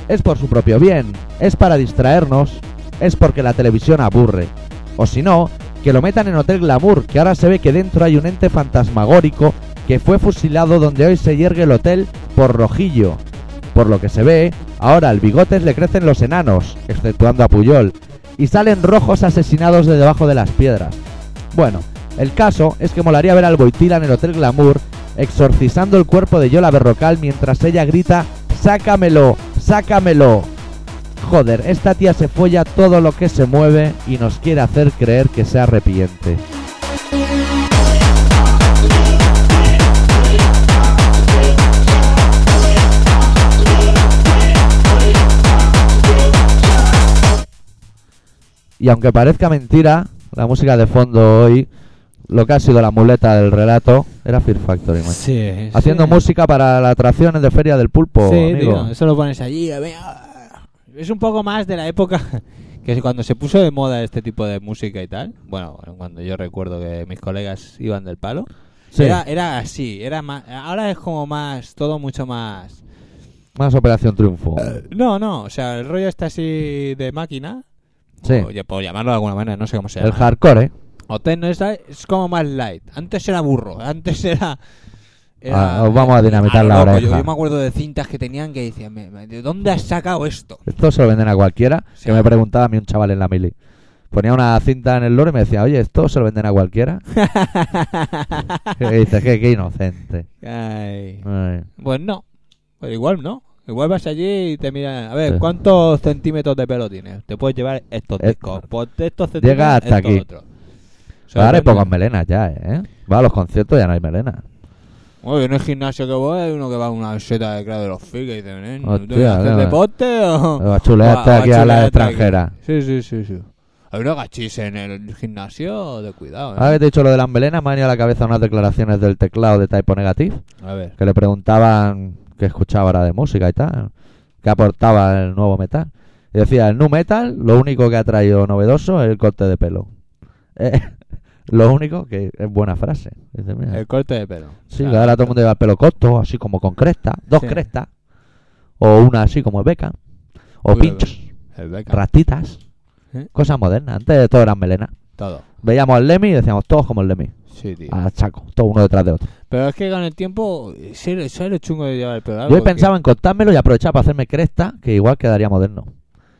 Speaker 1: Es por su propio bien, es para distraernos, es porque la televisión aburre. O si no, que lo metan en Hotel Glamour, que ahora se ve que dentro hay un ente fantasmagórico que fue fusilado donde hoy se yergue el hotel por Rojillo. Por lo que se ve, ahora al Bigotes le crecen los enanos, exceptuando a Puyol, y salen rojos asesinados de debajo de las piedras. Bueno, el caso es que molaría ver al Boitila en el Hotel Glamour exorcizando el cuerpo de Yola Berrocal mientras ella grita ¡Sácamelo! ¡Sácamelo! Joder, esta tía se folla todo lo que se mueve y nos quiere hacer creer que se arrepiente. Y aunque parezca mentira, la música de fondo hoy, lo que ha sido la muleta del relato, era Fear Factory, macho.
Speaker 2: Sí,
Speaker 1: Haciendo
Speaker 2: sí.
Speaker 1: música para las atracciones de Feria del Pulpo,
Speaker 2: Sí,
Speaker 1: amigo.
Speaker 2: tío, eso lo pones allí. a ver, ah. Es un poco más de la época que es cuando se puso de moda este tipo de música y tal. Bueno, cuando yo recuerdo que mis colegas iban del palo.
Speaker 1: Sí,
Speaker 2: Era, era así, era más, ahora es como más, todo mucho más.
Speaker 1: más Operación Triunfo.
Speaker 2: No, no, o sea, el rollo está así de máquina.
Speaker 1: Sí,
Speaker 2: O, ya puedo llamarlo de alguna manera, no sé cómo se
Speaker 1: el
Speaker 2: llama.
Speaker 1: hardcore, ¿eh?
Speaker 2: O techno es, es como más light. Antes era burro, antes era.
Speaker 1: Ah, os vamos a dinamitar
Speaker 2: lo
Speaker 1: la
Speaker 2: loco.
Speaker 1: oreja.
Speaker 2: Yo, yo me acuerdo de cintas que tenían que decían, "Me- me- ¿de dónde has sacado esto?
Speaker 1: Esto se lo venden a cualquiera.
Speaker 2: Sí.
Speaker 1: Que me preguntaba a mí un chaval en la mili. Ponía una cinta en el loro y me decía, oye, esto se lo venden a cualquiera. Y dices, qué, qué inocente.
Speaker 2: Ay.
Speaker 1: Ay.
Speaker 2: Pues no. Pues igual no. Igual vas allí y te miran. A ver,
Speaker 1: Sí.
Speaker 2: ¿cuántos centímetros de pelo tienes? Te puedes llevar estos
Speaker 1: Eh,
Speaker 2: discos. Pues de estos centímetros.
Speaker 1: llega hasta
Speaker 2: estos
Speaker 1: aquí.
Speaker 2: otros.
Speaker 1: Ahora hay
Speaker 2: Sorprende.
Speaker 1: pocas melenas ya, ¿eh? Va a los conciertos ya no hay melena.
Speaker 2: Oye, en el gimnasio que voy hay uno que va con una seta de claro de los figas y dicen, ¿eh? ¿Tú
Speaker 1: Hostia,
Speaker 2: quieres hacer
Speaker 1: qué
Speaker 2: deporte o...?
Speaker 1: Pero chuleaste
Speaker 2: o- o
Speaker 1: aquí a la
Speaker 2: chulearte aquí?
Speaker 1: extranjera.
Speaker 2: Sí, sí, sí, sí. Hay una gachis en el gimnasio, de cuidado,
Speaker 1: Ahora que
Speaker 2: ¿eh?
Speaker 1: te he dicho lo de las melenas, me han ido a la cabeza unas declaraciones del teclado de Typo Negative.
Speaker 2: A ver.
Speaker 1: que le preguntaban que escuchaba ahora de música y tal, que aportaba el nuevo metal. Y decía, el nu metal, lo único que ha traído novedoso es el corte de pelo. Eh, lo único que es buena frase. Dice, mira,
Speaker 2: El corte de pelo.
Speaker 1: Eh. sí, que ahora todo el mundo lleva el pelo corto, así como con cresta, dos
Speaker 2: Sí.
Speaker 1: crestas, o una así como beca, o
Speaker 2: Uy,
Speaker 1: pinchos,
Speaker 2: El beca.
Speaker 1: rastitas,
Speaker 2: ¿Eh?
Speaker 1: cosas modernas. Antes todo eran melena.
Speaker 2: Todo.
Speaker 1: Veíamos al Lemmy y decíamos, todos como el Lemmy,
Speaker 2: Sí, tío.
Speaker 1: a chaco, todo uno detrás de otro.
Speaker 2: Pero es que con el tiempo, eso es lo chungo de llevar el pelo largo.
Speaker 1: Yo he
Speaker 2: que-
Speaker 1: pensado en cortármelo y aprovechar para hacerme cresta, que igual quedaría moderno.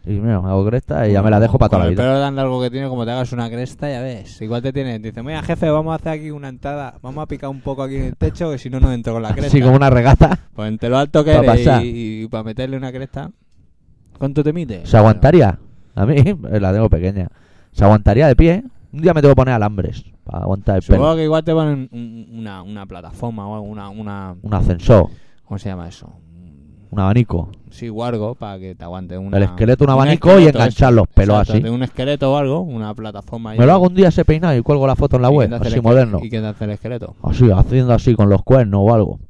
Speaker 1: Y mira, me hago cresta y ya me la dejo para toda la
Speaker 2: Con el
Speaker 1: vida.
Speaker 2: pelo tan largo que tiene, como te hagas una cresta, ya ves. Igual te tienen. Dicen, mira, jefe, vamos a hacer aquí una entrada. Vamos a picar un poco aquí en el techo, que si no, no entro con la cresta.
Speaker 1: Así como una regata.
Speaker 2: Pues entre lo alto que
Speaker 1: Pa'
Speaker 2: eres
Speaker 1: pasar.
Speaker 2: y, para meterle una cresta. ¿Cuánto te mide?
Speaker 1: ¿Se aguantaría? A mí eh, la tengo pequeña. ¿Se aguantaría de pie? Un día me tengo que poner alambres para aguantar el
Speaker 2: Supongo
Speaker 1: pelo.
Speaker 2: que igual te ponen un- una, una plataforma o alguna una,
Speaker 1: Un ascensor,
Speaker 2: ¿Cómo se llama eso?
Speaker 1: un abanico.
Speaker 2: Sí, o algo para que te aguante una,
Speaker 1: El esqueleto, un
Speaker 2: un
Speaker 1: abanico y
Speaker 2: esqueleto,
Speaker 1: enganchar los pelos
Speaker 2: Exacto,
Speaker 1: así.
Speaker 2: de un esqueleto o algo, una plataforma. ahí.
Speaker 1: Me lo hago un día ese peinado y cuelgo la foto en la
Speaker 2: ¿Y
Speaker 1: web,
Speaker 2: qué te hace el
Speaker 1: así
Speaker 2: esque-
Speaker 1: moderno.
Speaker 2: ¿Y qué te hace el esqueleto?
Speaker 1: Así, haciendo así con los cuernos o algo.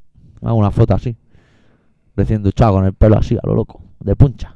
Speaker 1: Hago una foto así. Recién duchado con el pelo así, a lo loco. De puncha.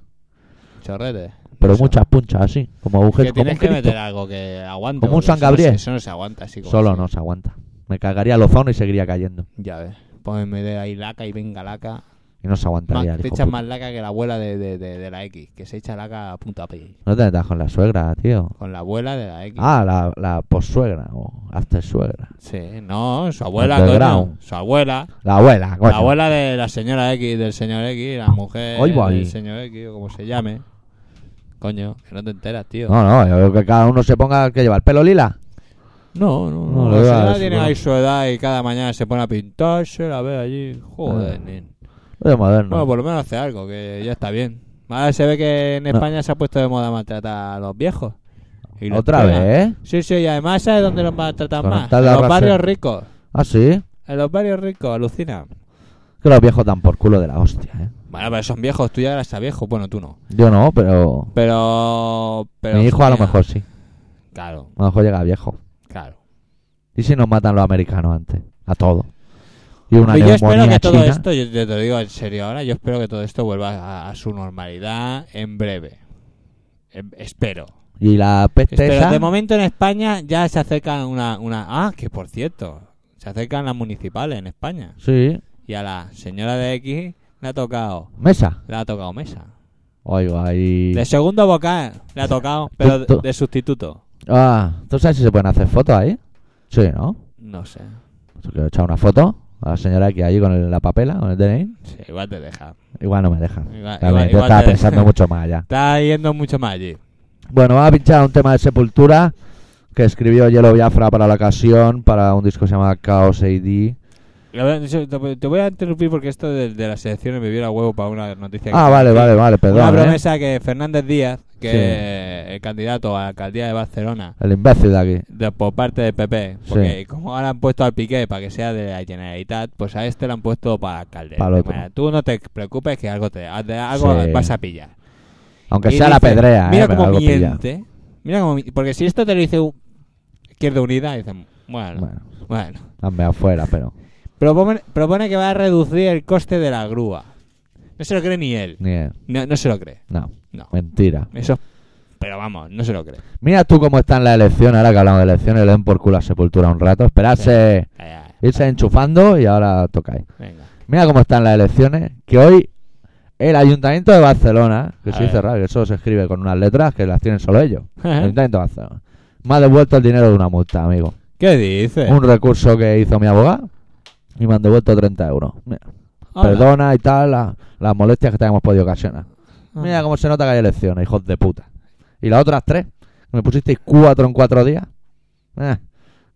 Speaker 2: Chorrete.
Speaker 1: Pero
Speaker 2: Eso.
Speaker 1: muchas punchas así, como
Speaker 2: Que
Speaker 1: agujeros. Como
Speaker 2: tienes
Speaker 1: un
Speaker 2: que
Speaker 1: Cristo.
Speaker 2: meter algo que aguante.
Speaker 1: Como un
Speaker 2: porque
Speaker 1: San
Speaker 2: eso no
Speaker 1: Gabriel.
Speaker 2: se- Eso no se aguanta así. Como
Speaker 1: Solo
Speaker 2: así.
Speaker 1: no se aguanta. Me cagaría los zonos y seguiría cayendo.
Speaker 2: Ya ves. Pues me de ahí laca y venga laca.
Speaker 1: Y no se
Speaker 2: Más-
Speaker 1: aguantaría. el
Speaker 2: te
Speaker 1: hijo
Speaker 2: echas
Speaker 1: puta.
Speaker 2: más laca que la abuela de, de, de, de la X. Que se echa laca a punta pi.
Speaker 1: No te metas con la suegra, tío.
Speaker 2: Con la abuela de la X.
Speaker 1: Ah, la, la possuegra o after suegra.
Speaker 2: Sí, no, su abuela, coño.
Speaker 1: Underground.
Speaker 2: Su abuela.
Speaker 1: La abuela, coño.
Speaker 2: La abuela de la señora X, del señor X, la mujer
Speaker 1: Ahí va, ahí.
Speaker 2: del señor X, o como se llame. Coño, que no te enteras, tío.
Speaker 1: No, no, yo veo que cada uno se ponga que lleva el pelo lila.
Speaker 2: No, no,
Speaker 1: No,
Speaker 2: no.
Speaker 1: le da
Speaker 2: la señora
Speaker 1: eso,
Speaker 2: tiene
Speaker 1: no.
Speaker 2: ahí su edad y cada mañana se pone a pintarse, la ve allí. Joder,
Speaker 1: Ah,
Speaker 2: nen.
Speaker 1: Lo de moderno.
Speaker 2: Bueno, pues, por lo menos hace algo, que ya está bien. Ahora se ve que en
Speaker 1: No.
Speaker 2: España se ha puesto de moda maltratar a los viejos. Y los
Speaker 1: Otra
Speaker 2: pegan.
Speaker 1: vez, ¿eh?
Speaker 2: Sí, sí, y además ¿sabes dónde los maltratan
Speaker 1: Con
Speaker 2: más?
Speaker 1: tal
Speaker 2: En
Speaker 1: de
Speaker 2: los
Speaker 1: arrastre.
Speaker 2: barrios ricos.
Speaker 1: Ah, sí.
Speaker 2: En los barrios ricos, alucina.
Speaker 1: Que los viejos dan por culo de la hostia, ¿eh?
Speaker 2: Bueno, pero son viejos, tú ya eras a viejo, bueno, tú no.
Speaker 1: Yo no, pero.
Speaker 2: Pero. pero
Speaker 1: mi hijo a lo
Speaker 2: mira,
Speaker 1: mejor sí.
Speaker 2: Claro,
Speaker 1: A lo mejor llega viejo.
Speaker 2: claro.
Speaker 1: ¿Y si nos matan los americanos antes? A todos. Y una
Speaker 2: Hombre, Pues yo espero
Speaker 1: neumonía
Speaker 2: que todo
Speaker 1: china.
Speaker 2: esto, yo te, te lo digo en serio ahora, yo espero que todo esto vuelva a, a su normalidad en breve. Em- espero.
Speaker 1: Y la peste
Speaker 2: Espero.
Speaker 1: esa.
Speaker 2: De momento en España ya se acercan una, una. Ah, que por cierto, se acercan las municipales en España.
Speaker 1: Sí.
Speaker 2: Y a la señora de X le ha tocado.
Speaker 1: Mesa.
Speaker 2: Le ha tocado mesa.
Speaker 1: Oiga, ahí.
Speaker 2: De segundo vocal le ha tocado, pero de, de sustituto.
Speaker 1: Ah, ¿tú sabes si se pueden hacer fotos ahí? Sí, ¿no?
Speaker 2: No sé.
Speaker 1: Yo quiero echar una foto a la señora aquí ahí con el- la papela, con el DNI.
Speaker 2: Sí, igual te deja.
Speaker 1: Igual no me dejan.
Speaker 2: Igual-
Speaker 1: También,
Speaker 2: Ah, igual-
Speaker 1: yo
Speaker 2: igual
Speaker 1: estaba
Speaker 2: te-
Speaker 1: pensando mucho más allá.
Speaker 2: Está yendo mucho más allí.
Speaker 1: Bueno, vamos a pinchar un tema de Sepultura que escribió Yellow Biafra para la ocasión, para un disco que se llama Chaos AD.
Speaker 2: A ver, yo Te te voy a interrumpir porque esto de, de las selecciones me viera huevo para una noticia. que
Speaker 1: Ah, vale,
Speaker 2: tengo aquí.
Speaker 1: vale, vale,
Speaker 2: Una
Speaker 1: perdón. ¿eh?
Speaker 2: promesa que Fernández Díaz, que
Speaker 1: Sí.
Speaker 2: es el candidato a la alcaldía de Barcelona,
Speaker 1: El imbécil de aquí.
Speaker 2: de- por parte del PP, porque como ahora han puesto al Piqué para que sea de la Generalitat, pues a este lo han puesto para alcalde.
Speaker 1: Para el
Speaker 2: De
Speaker 1: otro.
Speaker 2: manera, tú no te preocupes que algo te de algo
Speaker 1: Sí.
Speaker 2: vas a pillar.
Speaker 1: Aunque
Speaker 2: Y
Speaker 1: sea la
Speaker 2: dice,
Speaker 1: pedrea,
Speaker 2: Mira
Speaker 1: ¿eh? pero
Speaker 2: cómo
Speaker 1: algo pilla.
Speaker 2: miente. Mira cómo mi- Porque si esto te lo dice u- Izquierda Unida, dicen, bueno,
Speaker 1: Bueno,
Speaker 2: bueno.
Speaker 1: dame afuera, pero
Speaker 2: Propone, propone que va a reducir el coste de la grúa. No se lo cree ni él.
Speaker 1: ni él.
Speaker 2: No, no se lo cree.
Speaker 1: No,
Speaker 2: No.
Speaker 1: mentira.
Speaker 2: Eso. Pero vamos, no se lo cree.
Speaker 1: Mira tú cómo están las elecciones, ahora que hablamos de elecciones, le den por culo a Sepultura un rato. Esperarse,
Speaker 2: Calla,
Speaker 1: irse enchufando y ahora tocáis.
Speaker 2: Venga.
Speaker 1: Mira cómo están las elecciones, que hoy el Ayuntamiento de Barcelona, que
Speaker 2: A
Speaker 1: se
Speaker 2: ver. ¿Eh?
Speaker 1: dice raro, que eso se escribe con unas letras que las tienen solo ellos, el Ayuntamiento de Barcelona, me ha devuelto el dinero de una multa, amigo.
Speaker 2: ¿Qué dices?
Speaker 1: Un recurso que hizo mi abogado y me han devuelto 30 euros. Mira, Oh,
Speaker 2: Hola.
Speaker 1: perdona y tal la- las molestias que te hemos podido ocasionar.
Speaker 2: Ah.
Speaker 1: Mira cómo se nota que hay elecciones, hijos de puta. Y las otras tres, que me pusisteis cuatro en cuatro días. Eh,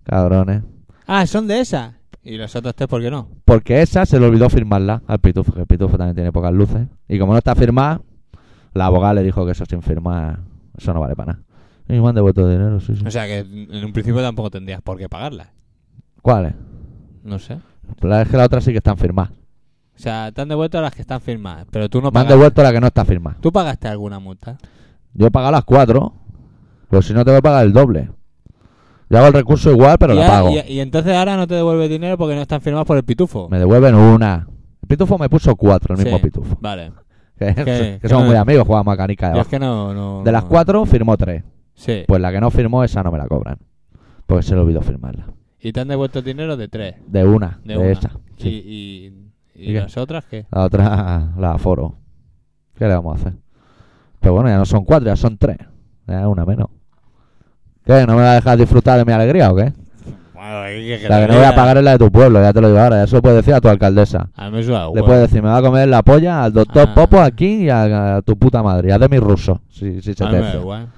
Speaker 1: cabrones.
Speaker 2: Ah, son de esa. ¿Y los otros tres por qué no?
Speaker 1: Porque esa se le olvidó firmarla al Pitufo, que el Pitufo también tiene pocas luces. Y como no está firmada, la abogada le dijo que eso sin firmar, eso no vale para nada. Y me han devuelto dinero, sí, sí.
Speaker 2: O sea que en un principio tampoco tendrías por qué pagarlas.
Speaker 1: ¿Cuáles?
Speaker 2: No sé.
Speaker 1: La es que la otra sí que están firmadas.
Speaker 2: O sea, te han devuelto las que están firmadas, pero tú no
Speaker 1: me han
Speaker 2: pagas.
Speaker 1: devuelto la que no está firmada.
Speaker 2: ¿Tú pagaste alguna multa?
Speaker 1: Yo he pagado las cuatro, pues si no te voy a pagar el doble. Yo hago el recurso igual, pero
Speaker 2: y,
Speaker 1: la
Speaker 2: ahora-
Speaker 1: pago.
Speaker 2: y- y entonces ahora no te devuelve dinero porque no están firmadas por el pitufo.
Speaker 1: Me devuelven una. El Pitufo me puso cuatro, el mismo
Speaker 2: Sí.
Speaker 1: Pitufo.
Speaker 2: Vale.
Speaker 1: que,
Speaker 2: Que-
Speaker 1: que somos
Speaker 2: que-
Speaker 1: muy amigos, jugamos a canica de
Speaker 2: Yo es
Speaker 1: abajo.
Speaker 2: que no, no-
Speaker 1: De las
Speaker 2: no.
Speaker 1: cuatro firmó tres.
Speaker 2: Sí.
Speaker 1: Pues la que no firmó, esa no me la cobran. Porque se le olvidó firmarla.
Speaker 2: Y te han devuelto dinero de tres.
Speaker 1: De una, de,
Speaker 2: De una.
Speaker 1: esa. Sí.
Speaker 2: ¿Y, y, y
Speaker 1: ¿Y qué?
Speaker 2: las otras qué?
Speaker 1: La otra la aforo. ¿Qué le vamos a hacer? Pero bueno, ya no son cuatro, ya son tres. Ya es una menos. ¿Qué? ¿No me va a dejar disfrutar de mi alegría o qué?
Speaker 2: A ver, ¿qué quieres
Speaker 1: La que no voy
Speaker 2: diga?
Speaker 1: a pagar es la de tu pueblo, ya te lo digo ahora. Eso lo puedes decir a tu alcaldesa.
Speaker 2: A mí me suda
Speaker 1: Le
Speaker 2: huevo.
Speaker 1: puedes decir, me va a comer la polla al doctor
Speaker 2: Ah.
Speaker 1: Popo aquí y a, a tu puta madre. Y a de mi ruso, si, si se
Speaker 2: A mí
Speaker 1: te
Speaker 2: me da
Speaker 1: hace.
Speaker 2: igual.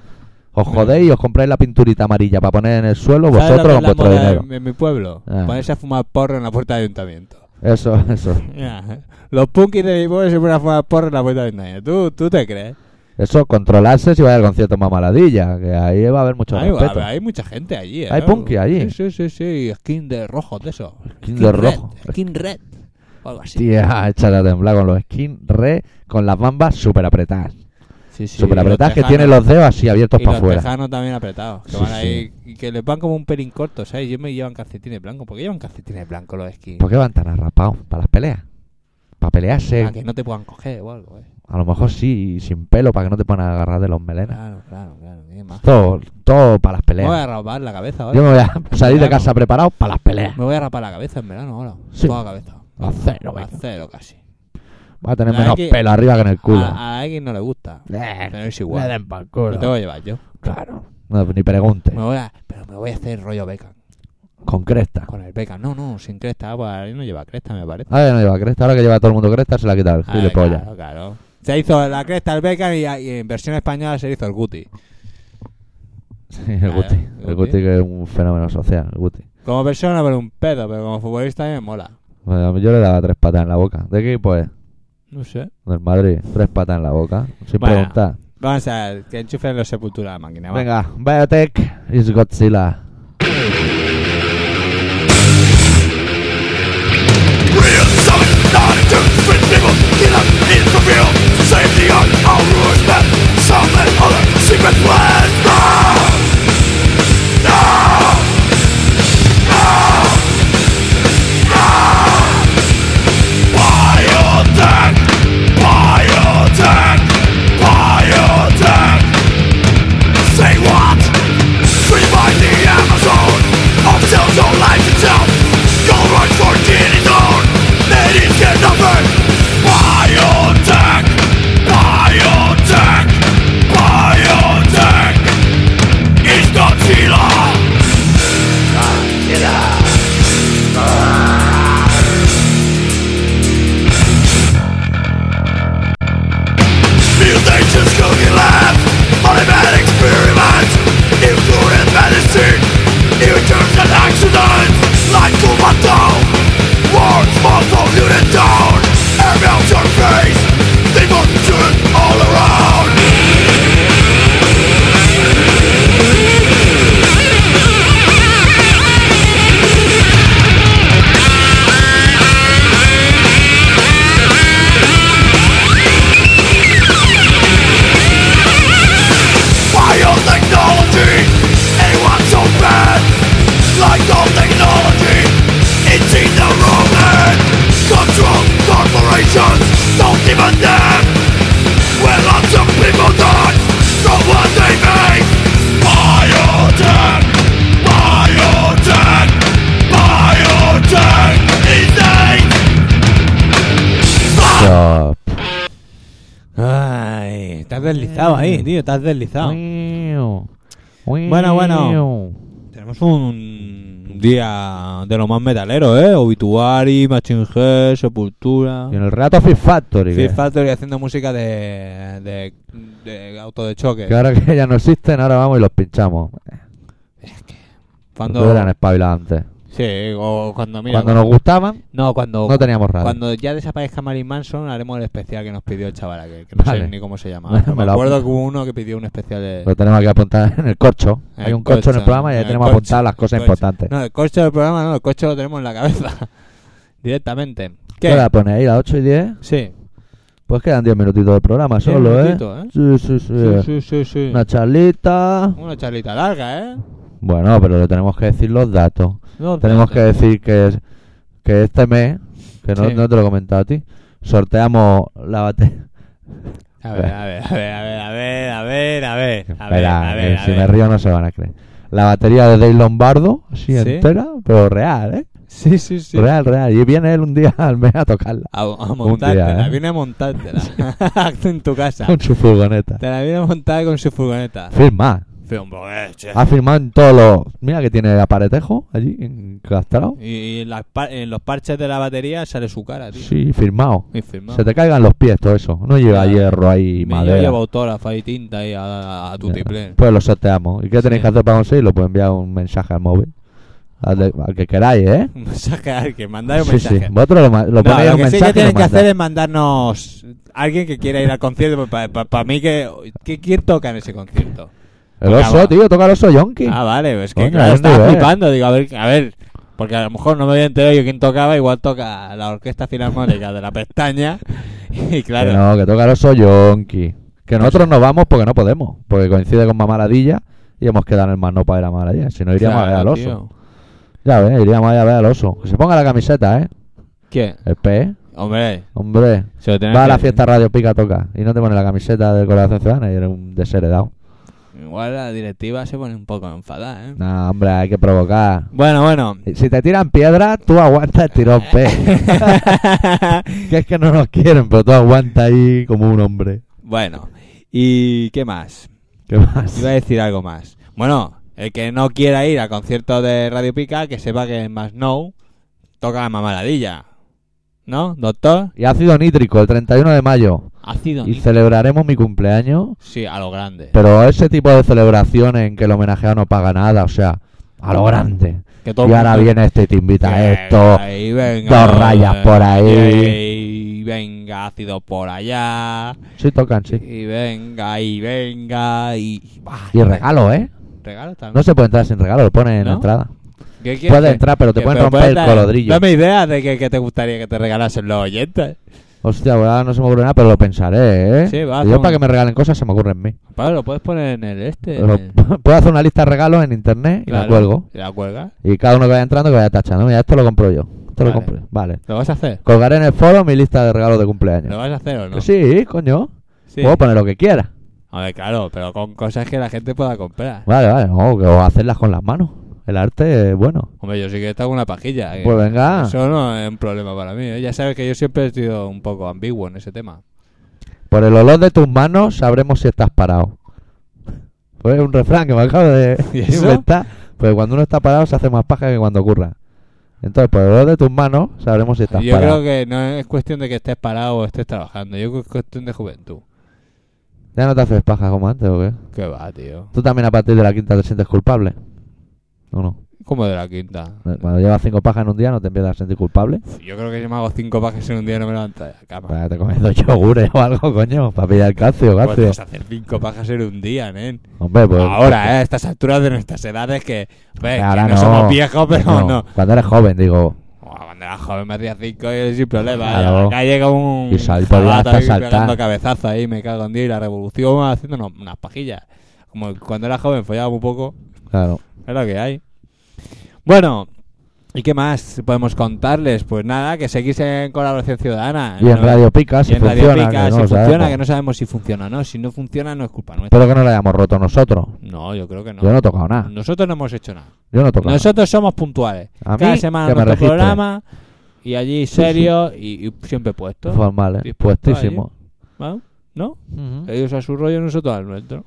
Speaker 1: Os jodéis y os compráis la pinturita amarilla para poner en el suelo
Speaker 2: ¿Sabes lo que
Speaker 1: vosotros con
Speaker 2: es la
Speaker 1: vuestro
Speaker 2: moda
Speaker 1: dinero.
Speaker 2: En, en mi pueblo,
Speaker 1: Ah.
Speaker 2: ponerse a fumar porro en la puerta del ayuntamiento.
Speaker 1: Eso, eso.
Speaker 2: Ya. Los punkis de mi pueblo se ponen a fumar porro en la puerta del ayuntamiento. ¿Tú, tú te crees?
Speaker 1: Eso, controlarse si vais al concierto más maladilla, que ahí va a haber mucho
Speaker 2: Hay,
Speaker 1: respeto.
Speaker 2: hay mucha gente allí. ¿eh?
Speaker 1: Hay punky allí.
Speaker 2: Sí, sí, sí, sí. Skin de rojo, de eso.
Speaker 1: Skin de
Speaker 2: red,
Speaker 1: rojo.
Speaker 2: Skin red. O algo así.
Speaker 1: Tía, échale a temblar con los skins re, con las bambas súper apretadas.
Speaker 2: Sí, sí,
Speaker 1: súper
Speaker 2: y los
Speaker 1: apretadas que
Speaker 2: tejanos-
Speaker 1: tienen los dedos así abiertos
Speaker 2: Y
Speaker 1: para
Speaker 2: los
Speaker 1: afuera.
Speaker 2: tejanos también apretados. Que
Speaker 1: Sí,
Speaker 2: van
Speaker 1: sí.
Speaker 2: ahí. y que les van como un pelín corto, ¿sabes? Yo me llevan calcetines blancos. ¿Por qué llevan calcetines blancos los skins?
Speaker 1: ¿Por qué van tan arrapados? ¿Para las peleas? ¿Para pelearse?
Speaker 2: Para Ah, que no te puedan coger o algo, ¿eh?
Speaker 1: A lo mejor sí, y sin pelo, para que no te puedan agarrar de los melenas.
Speaker 2: Claro, claro, claro. Qué más.
Speaker 1: Todo, todo para las
Speaker 2: Me voy
Speaker 1: peleas.
Speaker 2: a rapar la cabeza ahora.
Speaker 1: Yo me voy a salir de
Speaker 2: Claro.
Speaker 1: casa preparado para las peleas.
Speaker 2: Me voy a rapar la cabeza en verano ahora.
Speaker 1: Sí.
Speaker 2: Toda la cabeza.
Speaker 1: A cero,
Speaker 2: A
Speaker 1: venga.
Speaker 2: cero casi.
Speaker 1: Voy a tener
Speaker 2: Nada,
Speaker 1: menos
Speaker 2: que-
Speaker 1: pelo arriba que en el culo.
Speaker 2: A, a alguien no le gusta.
Speaker 1: Eh,
Speaker 2: Pero es
Speaker 1: le
Speaker 2: igual.
Speaker 1: den pa'l
Speaker 2: Lo tengo
Speaker 1: culo.
Speaker 2: que llevar yo.
Speaker 1: Claro. No, ni pregunte.
Speaker 2: Me voy a, pero me voy a hacer rollo Beckham.
Speaker 1: Con cresta.
Speaker 2: Con el Beckham. No, no, sin cresta. Ah, Pues ahí no lleva cresta, me parece.
Speaker 1: Ahora ya no lleva cresta. Ahora que lleva todo el mundo cresta, se la quita el
Speaker 2: Ah,
Speaker 1: gilipollas.
Speaker 2: claro, claro. Se hizo la cresta el Beckham y, y en versión española se hizo el Guti.
Speaker 1: Sí, el
Speaker 2: Claro,
Speaker 1: Guti.
Speaker 2: Ah, el
Speaker 1: El
Speaker 2: Guti.
Speaker 1: Guti que es un fenómeno social. El Guti.
Speaker 2: Como persona, pero un pedo. Pero como futbolista, a mí me mola.
Speaker 1: Bueno, yo le daba tres patas en la boca. ¿De qué equipo es?
Speaker 2: No sé.
Speaker 1: Del Madrid. Tres patas en la boca. Sin
Speaker 2: Bueno.
Speaker 1: preguntar.
Speaker 2: Vamos a ver, que enchufen los sepultura de la máquina. va.
Speaker 1: Venga, Biotech is Godzilla.
Speaker 4: Real summit, not a joke, but people get up in the real Save the art, all rules that some and other secret plans No! No! No! No! Biotech! Biotech! Biotech! Say what? Free by the Amazon Of cells on life itself Go right for getting on Ladies get numbered Biotech Biotech Biotech It's Godzilla Godzilla Mutations cooking lab On a mad experiment Including medicine New terms and accidents Like Kumato Words must hold you down Air melt your face They must turn all around Biotechnology, anyone so bad? Like all technology, it's in the wrong hand. Control corporations, don't even them. Where lots of people die from what they make. Biotech, biotech, biotech is
Speaker 1: Yo-
Speaker 2: Ay, te has deslizado ahí, tío. Te has deslizado.
Speaker 1: Miau.
Speaker 2: Ah. Bueno, bueno.
Speaker 1: Miau.
Speaker 2: Tenemos un día de lo más metalero, ¿eh? Obituary, Machine Head, Sepultura.
Speaker 1: Y en el rato Fit Factory.
Speaker 2: Fear
Speaker 1: que-
Speaker 2: Factory haciendo música de, de, de auto de choque.
Speaker 1: Que ahora que ya no existen, ahora vamos y los pinchamos.
Speaker 2: Cuando,
Speaker 1: No eran espabilados antes.
Speaker 2: sí, o cuando, mira,
Speaker 1: Cuando nos gustaban,
Speaker 2: no, cuando,
Speaker 1: no teníamos radio.
Speaker 2: cuando ya desaparezca Marilyn Manson, haremos el especial que nos pidió el chaval aquel, que no sé
Speaker 1: Vale.
Speaker 2: ni cómo se llama.
Speaker 1: Me
Speaker 2: Me,
Speaker 1: lo
Speaker 2: acuerdo
Speaker 1: apunto.
Speaker 2: que hubo uno que pidió un especial de...
Speaker 1: Lo tenemos que apuntar en el corcho.
Speaker 2: El
Speaker 1: Hay un corcho, en el programa y ahí
Speaker 2: el
Speaker 1: tenemos
Speaker 2: corcho,
Speaker 1: apuntadas las
Speaker 2: el
Speaker 1: cosas
Speaker 2: corcho.
Speaker 1: importantes.
Speaker 2: No, el coche del programa no, el coche lo tenemos en la cabeza. Directamente.
Speaker 1: ¿Qué? la pones ahí? ¿Las 8 y 10?
Speaker 2: Sí.
Speaker 1: Pues quedan 10 minutitos de programa solo,
Speaker 2: Bien,
Speaker 1: ¿eh?
Speaker 2: minutito, ¿eh?
Speaker 1: Sí, sí, sí.
Speaker 2: Sí, sí, sí, sí.
Speaker 1: Una charlita.
Speaker 2: Una charlita larga, ¿eh?
Speaker 1: Bueno, pero le tenemos que decir los datos.
Speaker 2: No,
Speaker 1: Tenemos
Speaker 2: no,
Speaker 1: que
Speaker 2: no.
Speaker 1: decir que, que este mes, que no,
Speaker 2: Sí.
Speaker 1: no te lo he comentado a ti, sorteamos la batería.
Speaker 2: A ver, a ver, a ver, a ver, a ver, a ver, a ver, a ver,
Speaker 1: Espera,
Speaker 2: a ver,
Speaker 1: que
Speaker 2: a
Speaker 1: si me
Speaker 2: ver.
Speaker 1: río no se van a creer. La batería de Dave Lombardo, así
Speaker 2: ¿Sí?
Speaker 1: entera, pero real, ¿eh?
Speaker 2: Sí, sí, sí.
Speaker 1: Real, real. Y viene él un día al mes a tocarla.
Speaker 2: A, a montártela,
Speaker 1: día, ¿eh?
Speaker 2: viene a montártela. en tu casa.
Speaker 1: Con su furgoneta.
Speaker 2: Te la viene a montar con su furgoneta.
Speaker 1: Firma.
Speaker 2: Film Boeche.
Speaker 1: Ha firmado en todos los. Mira que tiene aparetejo allí, encastrado.
Speaker 2: Y en, las par- en los parches de la batería sale su cara, tío.
Speaker 1: Sí, firmado.
Speaker 2: Y firmado.
Speaker 1: Se te caigan los pies todo eso. No lleva
Speaker 2: Ya.
Speaker 1: hierro ahí,
Speaker 2: Me-
Speaker 1: madera.
Speaker 2: Yo llevo autógrafa y tinta y a, a, a
Speaker 1: Ya.
Speaker 2: tutiplén.
Speaker 1: Pues lo sorteamos. ¿Y qué tenéis
Speaker 2: Sí.
Speaker 1: que hacer para conseguirlo? Pues enviar un mensaje al móvil. Al, de- al que queráis, ¿eh?
Speaker 2: Un mensaje al que mandáis un
Speaker 1: sí,
Speaker 2: mensaje.
Speaker 1: sí. Vosotros lo, ma- lo
Speaker 2: No,
Speaker 1: ponéis en
Speaker 2: lo
Speaker 1: un
Speaker 2: que sí
Speaker 1: mensaje.
Speaker 2: que
Speaker 1: y lo
Speaker 2: tienen que
Speaker 1: mandáis.
Speaker 2: hacer es mandarnos alguien que quiera ir al concierto. pues, Para mí, que, que- ¿quién toca en ese concierto?
Speaker 1: El oso,
Speaker 2: Acaba.
Speaker 1: tío, toca el oso yonki.
Speaker 2: Ah, vale, es que
Speaker 1: Coño,
Speaker 2: claro,
Speaker 1: ¿dónde
Speaker 2: estaba
Speaker 1: ves?
Speaker 2: flipando. Digo, a ver, a ver, porque a lo mejor no me había enterado yo quién tocaba. Igual toca la Orquesta Filarmónica de la Pestaña. Y claro,
Speaker 1: Que no, que toca el oso yonki. Que nosotros no vamos porque no podemos. Porque coincide con mamaradilla y hemos quedado en el mano para ir a mamaradilla. Si no, iríamos
Speaker 2: claro,
Speaker 1: a ver al oso.
Speaker 2: tío.
Speaker 1: Ya ves, iríamos ahí a ver al oso. Que se ponga la camiseta, ¿eh?
Speaker 2: ¿Qué?
Speaker 1: El PE.
Speaker 2: Hombre,
Speaker 1: Hombre,
Speaker 2: se lo tenés
Speaker 1: va a la
Speaker 2: Eh, que-
Speaker 1: fiesta Radio Pica Toca y no te pone la camiseta del Corazón Ciudadano y eres un desheredado.
Speaker 2: Igual la directiva se pone un poco enfadada, ¿eh?
Speaker 1: No, hombre, hay que provocar.
Speaker 2: Bueno, bueno.
Speaker 1: Si te tiran piedra, tú aguantas el tirón P. que es que no nos quieren, pero tú aguantas ahí como un hombre.
Speaker 2: bueno, ¿y qué más?
Speaker 1: ¿Qué más?
Speaker 2: Iba a decir algo más. Bueno, el que no quiera ir al concierto de Radio Pica, que sepa que en Más No toca la mamaladilla. ¿No, doctor?
Speaker 1: Y ácido nítrico, el 31 de mayo.
Speaker 2: Ácido
Speaker 1: Y
Speaker 2: nítrico.
Speaker 1: celebraremos mi cumpleaños.
Speaker 2: Sí, a lo grande.
Speaker 1: Pero ese tipo de celebraciones en que el homenajeado no paga nada, o sea, a lo grande.
Speaker 2: Que todo
Speaker 1: Y ahora
Speaker 2: el mundo-
Speaker 1: viene este y te invita a esto.
Speaker 2: Ahí, venga,
Speaker 1: dos rayas por ahí.
Speaker 2: Y venga, ácido por allá.
Speaker 1: Sí, tocan, sí.
Speaker 2: Y venga, y venga, y... bah,
Speaker 1: Y regalo, ¿eh?
Speaker 2: Regalo
Speaker 1: No
Speaker 2: también.
Speaker 1: se puede entrar sin regalo, lo ponen en la
Speaker 2: ¿No?
Speaker 1: entrada.
Speaker 2: ¿Qué quieres
Speaker 1: Puedes
Speaker 2: que-
Speaker 1: entrar, pero te
Speaker 2: que-
Speaker 1: pueden
Speaker 2: pero
Speaker 1: romper el
Speaker 2: puedes dar-
Speaker 1: colodrillo.
Speaker 2: Dame idea de que, que te gustaría que te regalasen los oyentes.
Speaker 1: Hostia, ahora no se me ocurre nada, pero lo pensaré, ¿eh?
Speaker 2: Sí, va,
Speaker 1: Y yo
Speaker 2: hacemos-
Speaker 1: para que me regalen cosas se me ocurren en mí.
Speaker 2: Pablo, lo puedes poner en el este. en el-
Speaker 1: Pero puedo hacer una lista de regalos en internet y la
Speaker 2: Claro,
Speaker 1: cuelgo.
Speaker 2: ¿La cuelga?
Speaker 1: Y cada uno que vaya entrando que vaya tachando. Mira, esto lo compro yo. Esto lo
Speaker 2: Vale.
Speaker 1: compro yo. Vale.
Speaker 2: ¿Lo vas a hacer?
Speaker 1: Colgaré en el foro mi lista de regalos de
Speaker 2: ¿Lo
Speaker 1: cumpleaños.
Speaker 2: vas a hacer o no?
Speaker 1: Que Sí, coño.
Speaker 2: Sí.
Speaker 1: Puedo poner lo que quiera.
Speaker 2: A ver, claro, pero con cosas que la gente pueda comprar.
Speaker 1: Vale, vale. O, que- o hacerlas con las manos. El arte es bueno.
Speaker 2: Hombre, yo sí que tengo una pajilla. eh.
Speaker 1: Pues venga.
Speaker 2: Eso no es un problema para mí. eh. Ya sabes que yo siempre he sido un poco ambiguo en ese tema.
Speaker 1: Por el olor de tus manos sabremos si estás parado. Pues un refrán que me acabo de
Speaker 2: ¿Y eso?
Speaker 1: inventar. Pues cuando uno está parado se hace más paja que cuando ocurra. Entonces, por el olor de tus manos sabremos si estás
Speaker 2: Yo
Speaker 1: parado.
Speaker 2: creo que no es cuestión de que estés parado o estés trabajando. Yo creo que es cuestión de juventud.
Speaker 1: ¿Ya no te haces paja como antes o qué?
Speaker 2: ¿Qué va, tío?
Speaker 1: ¿Tú también a partir de la quinta te sientes culpable? ¿O no?
Speaker 2: Como de la quinta.
Speaker 1: Eh, Cuando llevas cinco pajas en un día no te empiezas a sentir culpable.
Speaker 2: Yo creo que yo me hago cinco pajes en un día y no me levanto de la cama.
Speaker 1: Pues te comes dos yogures o algo, coño, para pillar calcio,
Speaker 2: Pues
Speaker 1: calcio.
Speaker 2: Puedes hacer cinco pajas en un día, nen.
Speaker 1: Hombre, pues...
Speaker 2: Ahora, eh, a estas alturas de nuestras edades que, ve, que
Speaker 1: Ahora
Speaker 2: no,
Speaker 1: no.
Speaker 2: somos viejos, pero no.
Speaker 1: Cuando eres joven, digo,
Speaker 2: Buah, Cuando era joven me hacía cinco y sin problema.
Speaker 1: Claro.
Speaker 2: Acá llega un
Speaker 1: Y sal- podía
Speaker 2: jabato
Speaker 1: hasta
Speaker 2: ahí
Speaker 1: saltar.
Speaker 2: pegando cabezazo ahí, me cago en Dios. Y la revolución haciendo unos- unas pajillas. Como cuando era joven follaba muy poco,
Speaker 1: claro.
Speaker 2: es lo que hay. Bueno, ¿y qué más podemos contarles? Pues nada, que seguís en colaboración ciudadana.
Speaker 1: Y en
Speaker 2: Ah, ¿no?
Speaker 1: Radio Pica, si
Speaker 2: Y en Radio
Speaker 1: funciona,
Speaker 2: Pica,
Speaker 1: que no
Speaker 2: si
Speaker 1: lo
Speaker 2: funciona,
Speaker 1: sabemos.
Speaker 2: que no sabemos si funciona o no. Si no funciona, no es culpa nuestra.
Speaker 1: Espero que no lo hayamos roto nosotros.
Speaker 2: No, yo creo que no.
Speaker 1: Yo no he tocado nada.
Speaker 2: Nosotros no hemos hecho nada.
Speaker 1: Yo no he tocado
Speaker 2: Nosotros somos puntuales.
Speaker 1: A mí,
Speaker 2: Cada semana
Speaker 1: que me
Speaker 2: nuestro
Speaker 1: registre.
Speaker 2: programa y allí serio y, y siempre puesto.
Speaker 1: nada. Formal, ¿eh?
Speaker 2: Dispuesto
Speaker 1: Puestísimo.
Speaker 2: ¿No? ¿No?
Speaker 1: Ujú.
Speaker 2: Ellos a su rollo, nosotros al nuestro.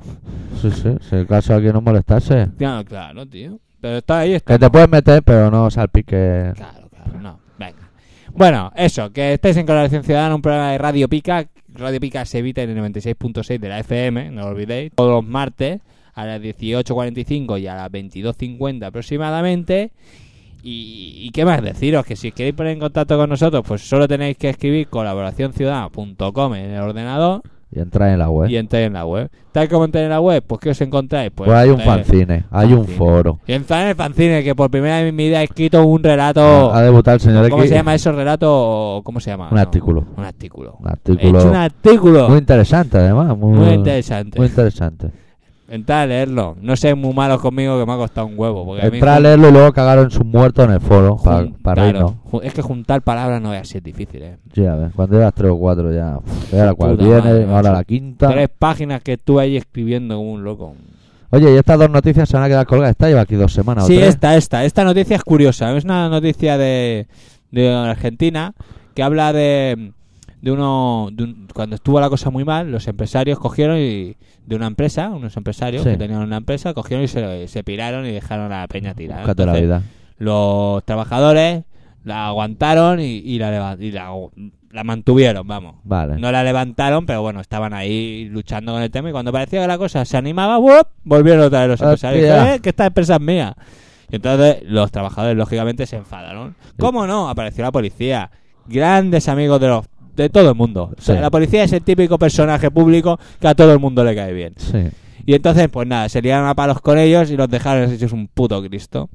Speaker 1: Sí, sí. Si el caso aquí no molestarse.
Speaker 2: Claro, claro, tío. Pero está ahí, está.
Speaker 1: Que te puedes meter, pero no salpique.
Speaker 2: Claro, claro, Pues no. Venga. Bueno, eso, que estáis en Colaboración Ciudadana, un programa de Radio Pica. Radio Pica se evita en el 96.6 de la FM, no lo olvidéis. Todos los martes a las 18.45 y a las 22.50 aproximadamente. Y, y qué más deciros, que si os queréis poner en contacto con nosotros, pues solo tenéis que escribir colaboracionciudadana.com en el ordenador
Speaker 1: Y entrar en la web.
Speaker 2: y entrar en la web. Tal como entrar en la web, pues ¿qué os encontráis?
Speaker 1: Pues hay un
Speaker 2: eh,
Speaker 1: fanzine, hay un
Speaker 2: fanzine.
Speaker 1: foro.
Speaker 2: Y entrar en el fanzine, que por primera vez en mi vida he escrito un relato...
Speaker 1: Ha ha debutado el señor
Speaker 2: ¿Cómo
Speaker 1: X.
Speaker 2: se llama eso relato? ¿Cómo se llama?
Speaker 1: Un
Speaker 2: No,
Speaker 1: artículo.
Speaker 2: Un artículo.
Speaker 1: Un
Speaker 2: He hecho un
Speaker 1: artículo
Speaker 2: artículo.
Speaker 1: muy
Speaker 2: Muy,
Speaker 1: interesante, además. Muy,
Speaker 2: interesante.
Speaker 1: muy interesante.
Speaker 2: Entrad a leerlo. No seáis muy malos conmigo que me ha costado un huevo. Porque
Speaker 1: Entrar
Speaker 2: a
Speaker 1: a
Speaker 2: mí jun-
Speaker 1: leerlo y luego cagaron sus muertos en el foro para
Speaker 2: jun-
Speaker 1: pa
Speaker 2: claro,
Speaker 1: reírnos.
Speaker 2: ju- Es que juntar palabras no es así, es difícil, ¿eh?
Speaker 1: Sí, a ver, cuando llevas tres o cuatro ya. pff, Era cual
Speaker 2: Puta
Speaker 1: viene,
Speaker 2: madre,
Speaker 1: ahora
Speaker 2: macho.
Speaker 1: la quinta.
Speaker 2: Tres páginas que estuve ahí escribiendo como un loco.
Speaker 1: Oye, y estas dos noticias se van a quedar colgadas. Esta lleva aquí dos semanas
Speaker 2: sí,
Speaker 1: o tres.
Speaker 2: esta, esta. Esta noticia es curiosa. Es una noticia de, de Argentina que habla de, de uno de un- cuando estuvo la cosa muy mal, los empresarios cogieron y de una empresa, unos empresarios
Speaker 1: Sí.
Speaker 2: que tenían una empresa, cogieron y se, se piraron y dejaron a la peña tirada.
Speaker 1: Búscate la
Speaker 2: Entonces,
Speaker 1: vida.
Speaker 2: Los trabajadores la aguantaron y, y la, leva- y la, la mantuvieron, vamos.
Speaker 1: Vale.
Speaker 2: No la levantaron, pero bueno, estaban ahí luchando con el tema y cuando parecía que la cosa se animaba, ¡buop! volvieron otra vez
Speaker 1: Ah,
Speaker 2: los empresarios.
Speaker 1: Hostia.
Speaker 2: "Eh, Que esta empresa es mía. Y entonces los trabajadores, lógicamente, se enfadaron. ¿Cómo no? Apareció la policía. Grandes amigos de los de todo el mundo. O sea,
Speaker 1: Sí.
Speaker 2: La policía es el típico personaje público que a todo el mundo le cae bien.
Speaker 1: Sí.
Speaker 2: Y entonces, pues nada, se liaron a palos con ellos y los dejaron hechos un puto Cristo.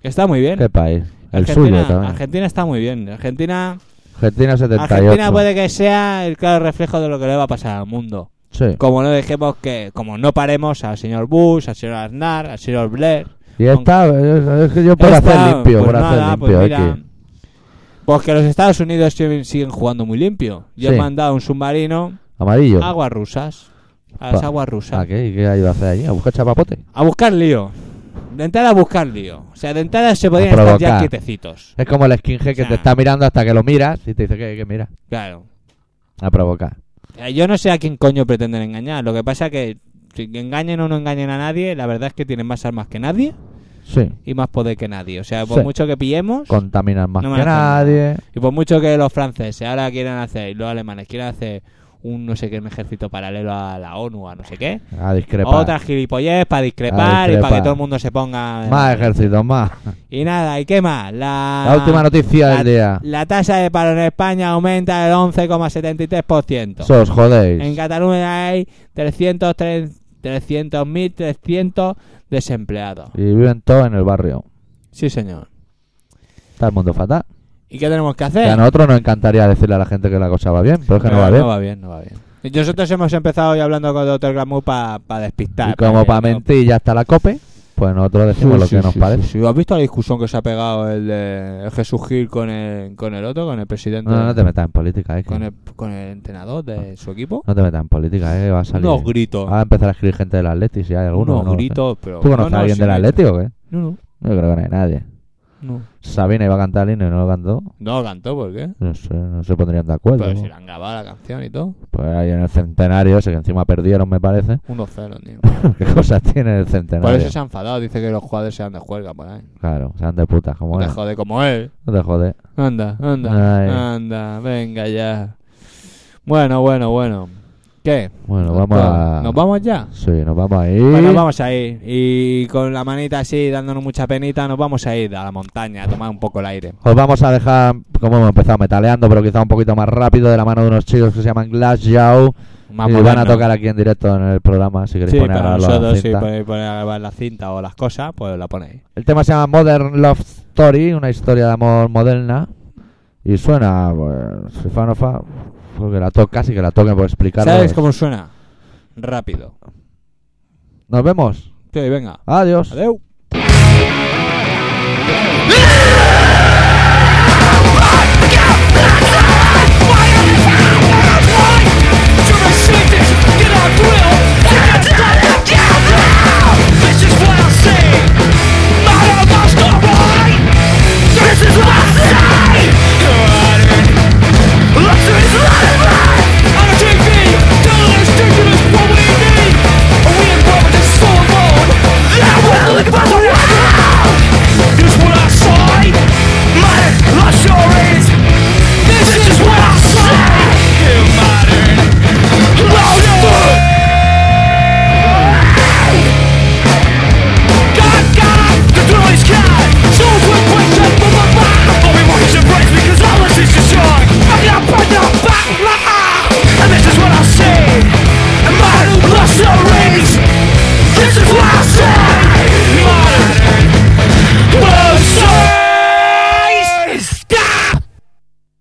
Speaker 2: Está muy bien.
Speaker 1: ¿Qué país? El
Speaker 2: Argentina,
Speaker 1: suyo también.
Speaker 2: Argentina está muy bien. Argentina,
Speaker 1: Argentina 78.
Speaker 2: Argentina puede que sea el claro reflejo de lo que le va a pasar al mundo.
Speaker 1: Sí.
Speaker 2: Como no dejemos que, como no paremos al señor Bush, al señor Aznar, al señor Blair.
Speaker 1: Y esta, eh, es, es que yo por
Speaker 2: Esta,
Speaker 1: hacer limpio,
Speaker 2: pues
Speaker 1: por hacer
Speaker 2: nada,
Speaker 1: limpio.
Speaker 2: Pues,
Speaker 1: X.
Speaker 2: mira, pues que los Estados Unidos siguen, siguen jugando muy limpio. Y
Speaker 1: Sí.
Speaker 2: han mandado un submarino
Speaker 1: Amarillo.
Speaker 2: a aguas rusas. A las
Speaker 1: Pa-
Speaker 2: aguas
Speaker 1: ¿A
Speaker 2: rusas.
Speaker 1: qué? ¿Y ¿Qué ha ido a hacer allí? ¿A buscar chapapote?
Speaker 2: A buscar lío. De entrada a buscar lío. O sea, de entrada se podían estar ya
Speaker 1: provocar.
Speaker 2: quietecitos.
Speaker 1: Es como el skinhead que
Speaker 2: O sea.
Speaker 1: te está mirando hasta que lo miras y te dice que, que mira.
Speaker 2: Claro.
Speaker 1: A provocar.
Speaker 2: Eh, Yo no sé a quién coño pretenden engañar. Lo que pasa que si engañen o no engañen a nadie, la verdad es que tienen más armas que nadie
Speaker 1: Sí.
Speaker 2: y más poder que nadie. O sea, por
Speaker 1: Sí.
Speaker 2: mucho que pillemos
Speaker 1: Contaminar más
Speaker 2: No me
Speaker 1: que
Speaker 2: hacen nada.
Speaker 1: nadie.
Speaker 2: y por mucho que los franceses ahora quieran hacer y los alemanes quieran hacer un no sé qué un ejército paralelo a la ONU, a no sé qué.
Speaker 1: A discrepar.
Speaker 2: Otras gilipollez para discrepar y para
Speaker 1: discrepar.
Speaker 2: que todo el mundo se ponga...
Speaker 1: Más ejércitos, más.
Speaker 2: Y nada, ¿y qué más? La,
Speaker 1: La última noticia del día.
Speaker 2: Ah, La tasa de paro en España aumenta del 11,73%.
Speaker 1: Sos jodéis.
Speaker 2: En Cataluña hay 303 300.300 desempleados.
Speaker 1: Y viven todos en el barrio.
Speaker 2: Sí, señor.
Speaker 1: Está el mundo fatal.
Speaker 2: ¿Y qué tenemos que
Speaker 1: Que
Speaker 2: hacer?
Speaker 1: a nosotros nos encantaría decirle a la gente que la cosa va bien, pero es que no va
Speaker 2: Pero
Speaker 1: bien.
Speaker 2: no va bien, no va bien. Y Nosotros hemos empezado hoy hablando con el doctor Glamour para despistar.
Speaker 1: y como para
Speaker 2: que no-
Speaker 1: mentir ya está la cope, pues nosotros decimos
Speaker 2: Sí,
Speaker 1: lo
Speaker 2: sí,
Speaker 1: que nos
Speaker 2: sí,
Speaker 1: parece.
Speaker 2: sí, sí. ¿Has visto la discusión que se ha pegado el de Jesús Gil con el, con el otro, con el presidente?
Speaker 1: No, no te metas en política, eh. que-
Speaker 2: Con el, con el entrenador de su equipo.
Speaker 1: No te metas en política, eh. Va a salir.
Speaker 2: Unos gritos.
Speaker 1: Va a empezar a escribir gente del Atleti, si hay Ah, alguno.
Speaker 2: unos
Speaker 1: no lo sé.
Speaker 2: gritos, pero.
Speaker 1: ¿Tú conoces
Speaker 2: no, no,
Speaker 1: a alguien
Speaker 2: sí,
Speaker 1: del
Speaker 2: no,
Speaker 1: Atleti o qué?
Speaker 2: No, no.
Speaker 1: Yo creo que no hay nadie.
Speaker 2: No,
Speaker 1: Sabina iba a cantar el himno y no lo cantó.
Speaker 2: no lo cantó, ¿por qué?
Speaker 1: No sé, Pues no se pondrían de acuerdo.
Speaker 2: Pero si le han grabado la canción y todo.
Speaker 1: Pues ahí en el centenario, ese que encima perdieron, me parece.
Speaker 2: 1-0, tío.
Speaker 1: ¿Qué cosas tiene el
Speaker 2: Por
Speaker 1: centenario?
Speaker 2: eso se ha enfadado. Dice que los jugadores se han de juerga por ahí.
Speaker 1: Claro, sean de puta, como
Speaker 2: No te
Speaker 1: es.
Speaker 2: jode como él.
Speaker 1: No te jode.
Speaker 2: Anda, anda,
Speaker 1: Ay.
Speaker 2: anda. Venga ya. Bueno, bueno, bueno. ¿Qué?
Speaker 1: Bueno, vamos
Speaker 2: Doctor,
Speaker 1: a.
Speaker 2: ¿Nos vamos ya?
Speaker 1: Sí, nos vamos a ir.
Speaker 2: Bueno, vamos a ir. Y con la manita así, dándonos mucha penita, nos vamos a ir a la montaña a tomar un poco el aire.
Speaker 1: Os vamos a dejar, como hemos empezado metaleando, pero quizá un poquito más rápido, de la mano de unos chicos que se llaman Glass Jow.
Speaker 2: Más
Speaker 1: y van a
Speaker 2: moderno.
Speaker 1: tocar aquí en directo en el programa, si queréis
Speaker 2: Sí, pues,
Speaker 1: poner a
Speaker 2: para
Speaker 1: grabarlo a la
Speaker 2: nosotros, si
Speaker 1: cinta.
Speaker 2: ponéis poner a grabar la cinta o las cosas, pues la ponéis.
Speaker 1: El tema se llama Modern Love Story, una historia de amor moderna. Y suena, pues, soy fan of a- creo que la toca, sí que la toquen por explicarlo.
Speaker 2: ¿Sabes cómo suena? Rápido.
Speaker 1: Nos vemos.
Speaker 2: Sí, venga.
Speaker 1: Adiós.
Speaker 2: Adeu.
Speaker 4: Thank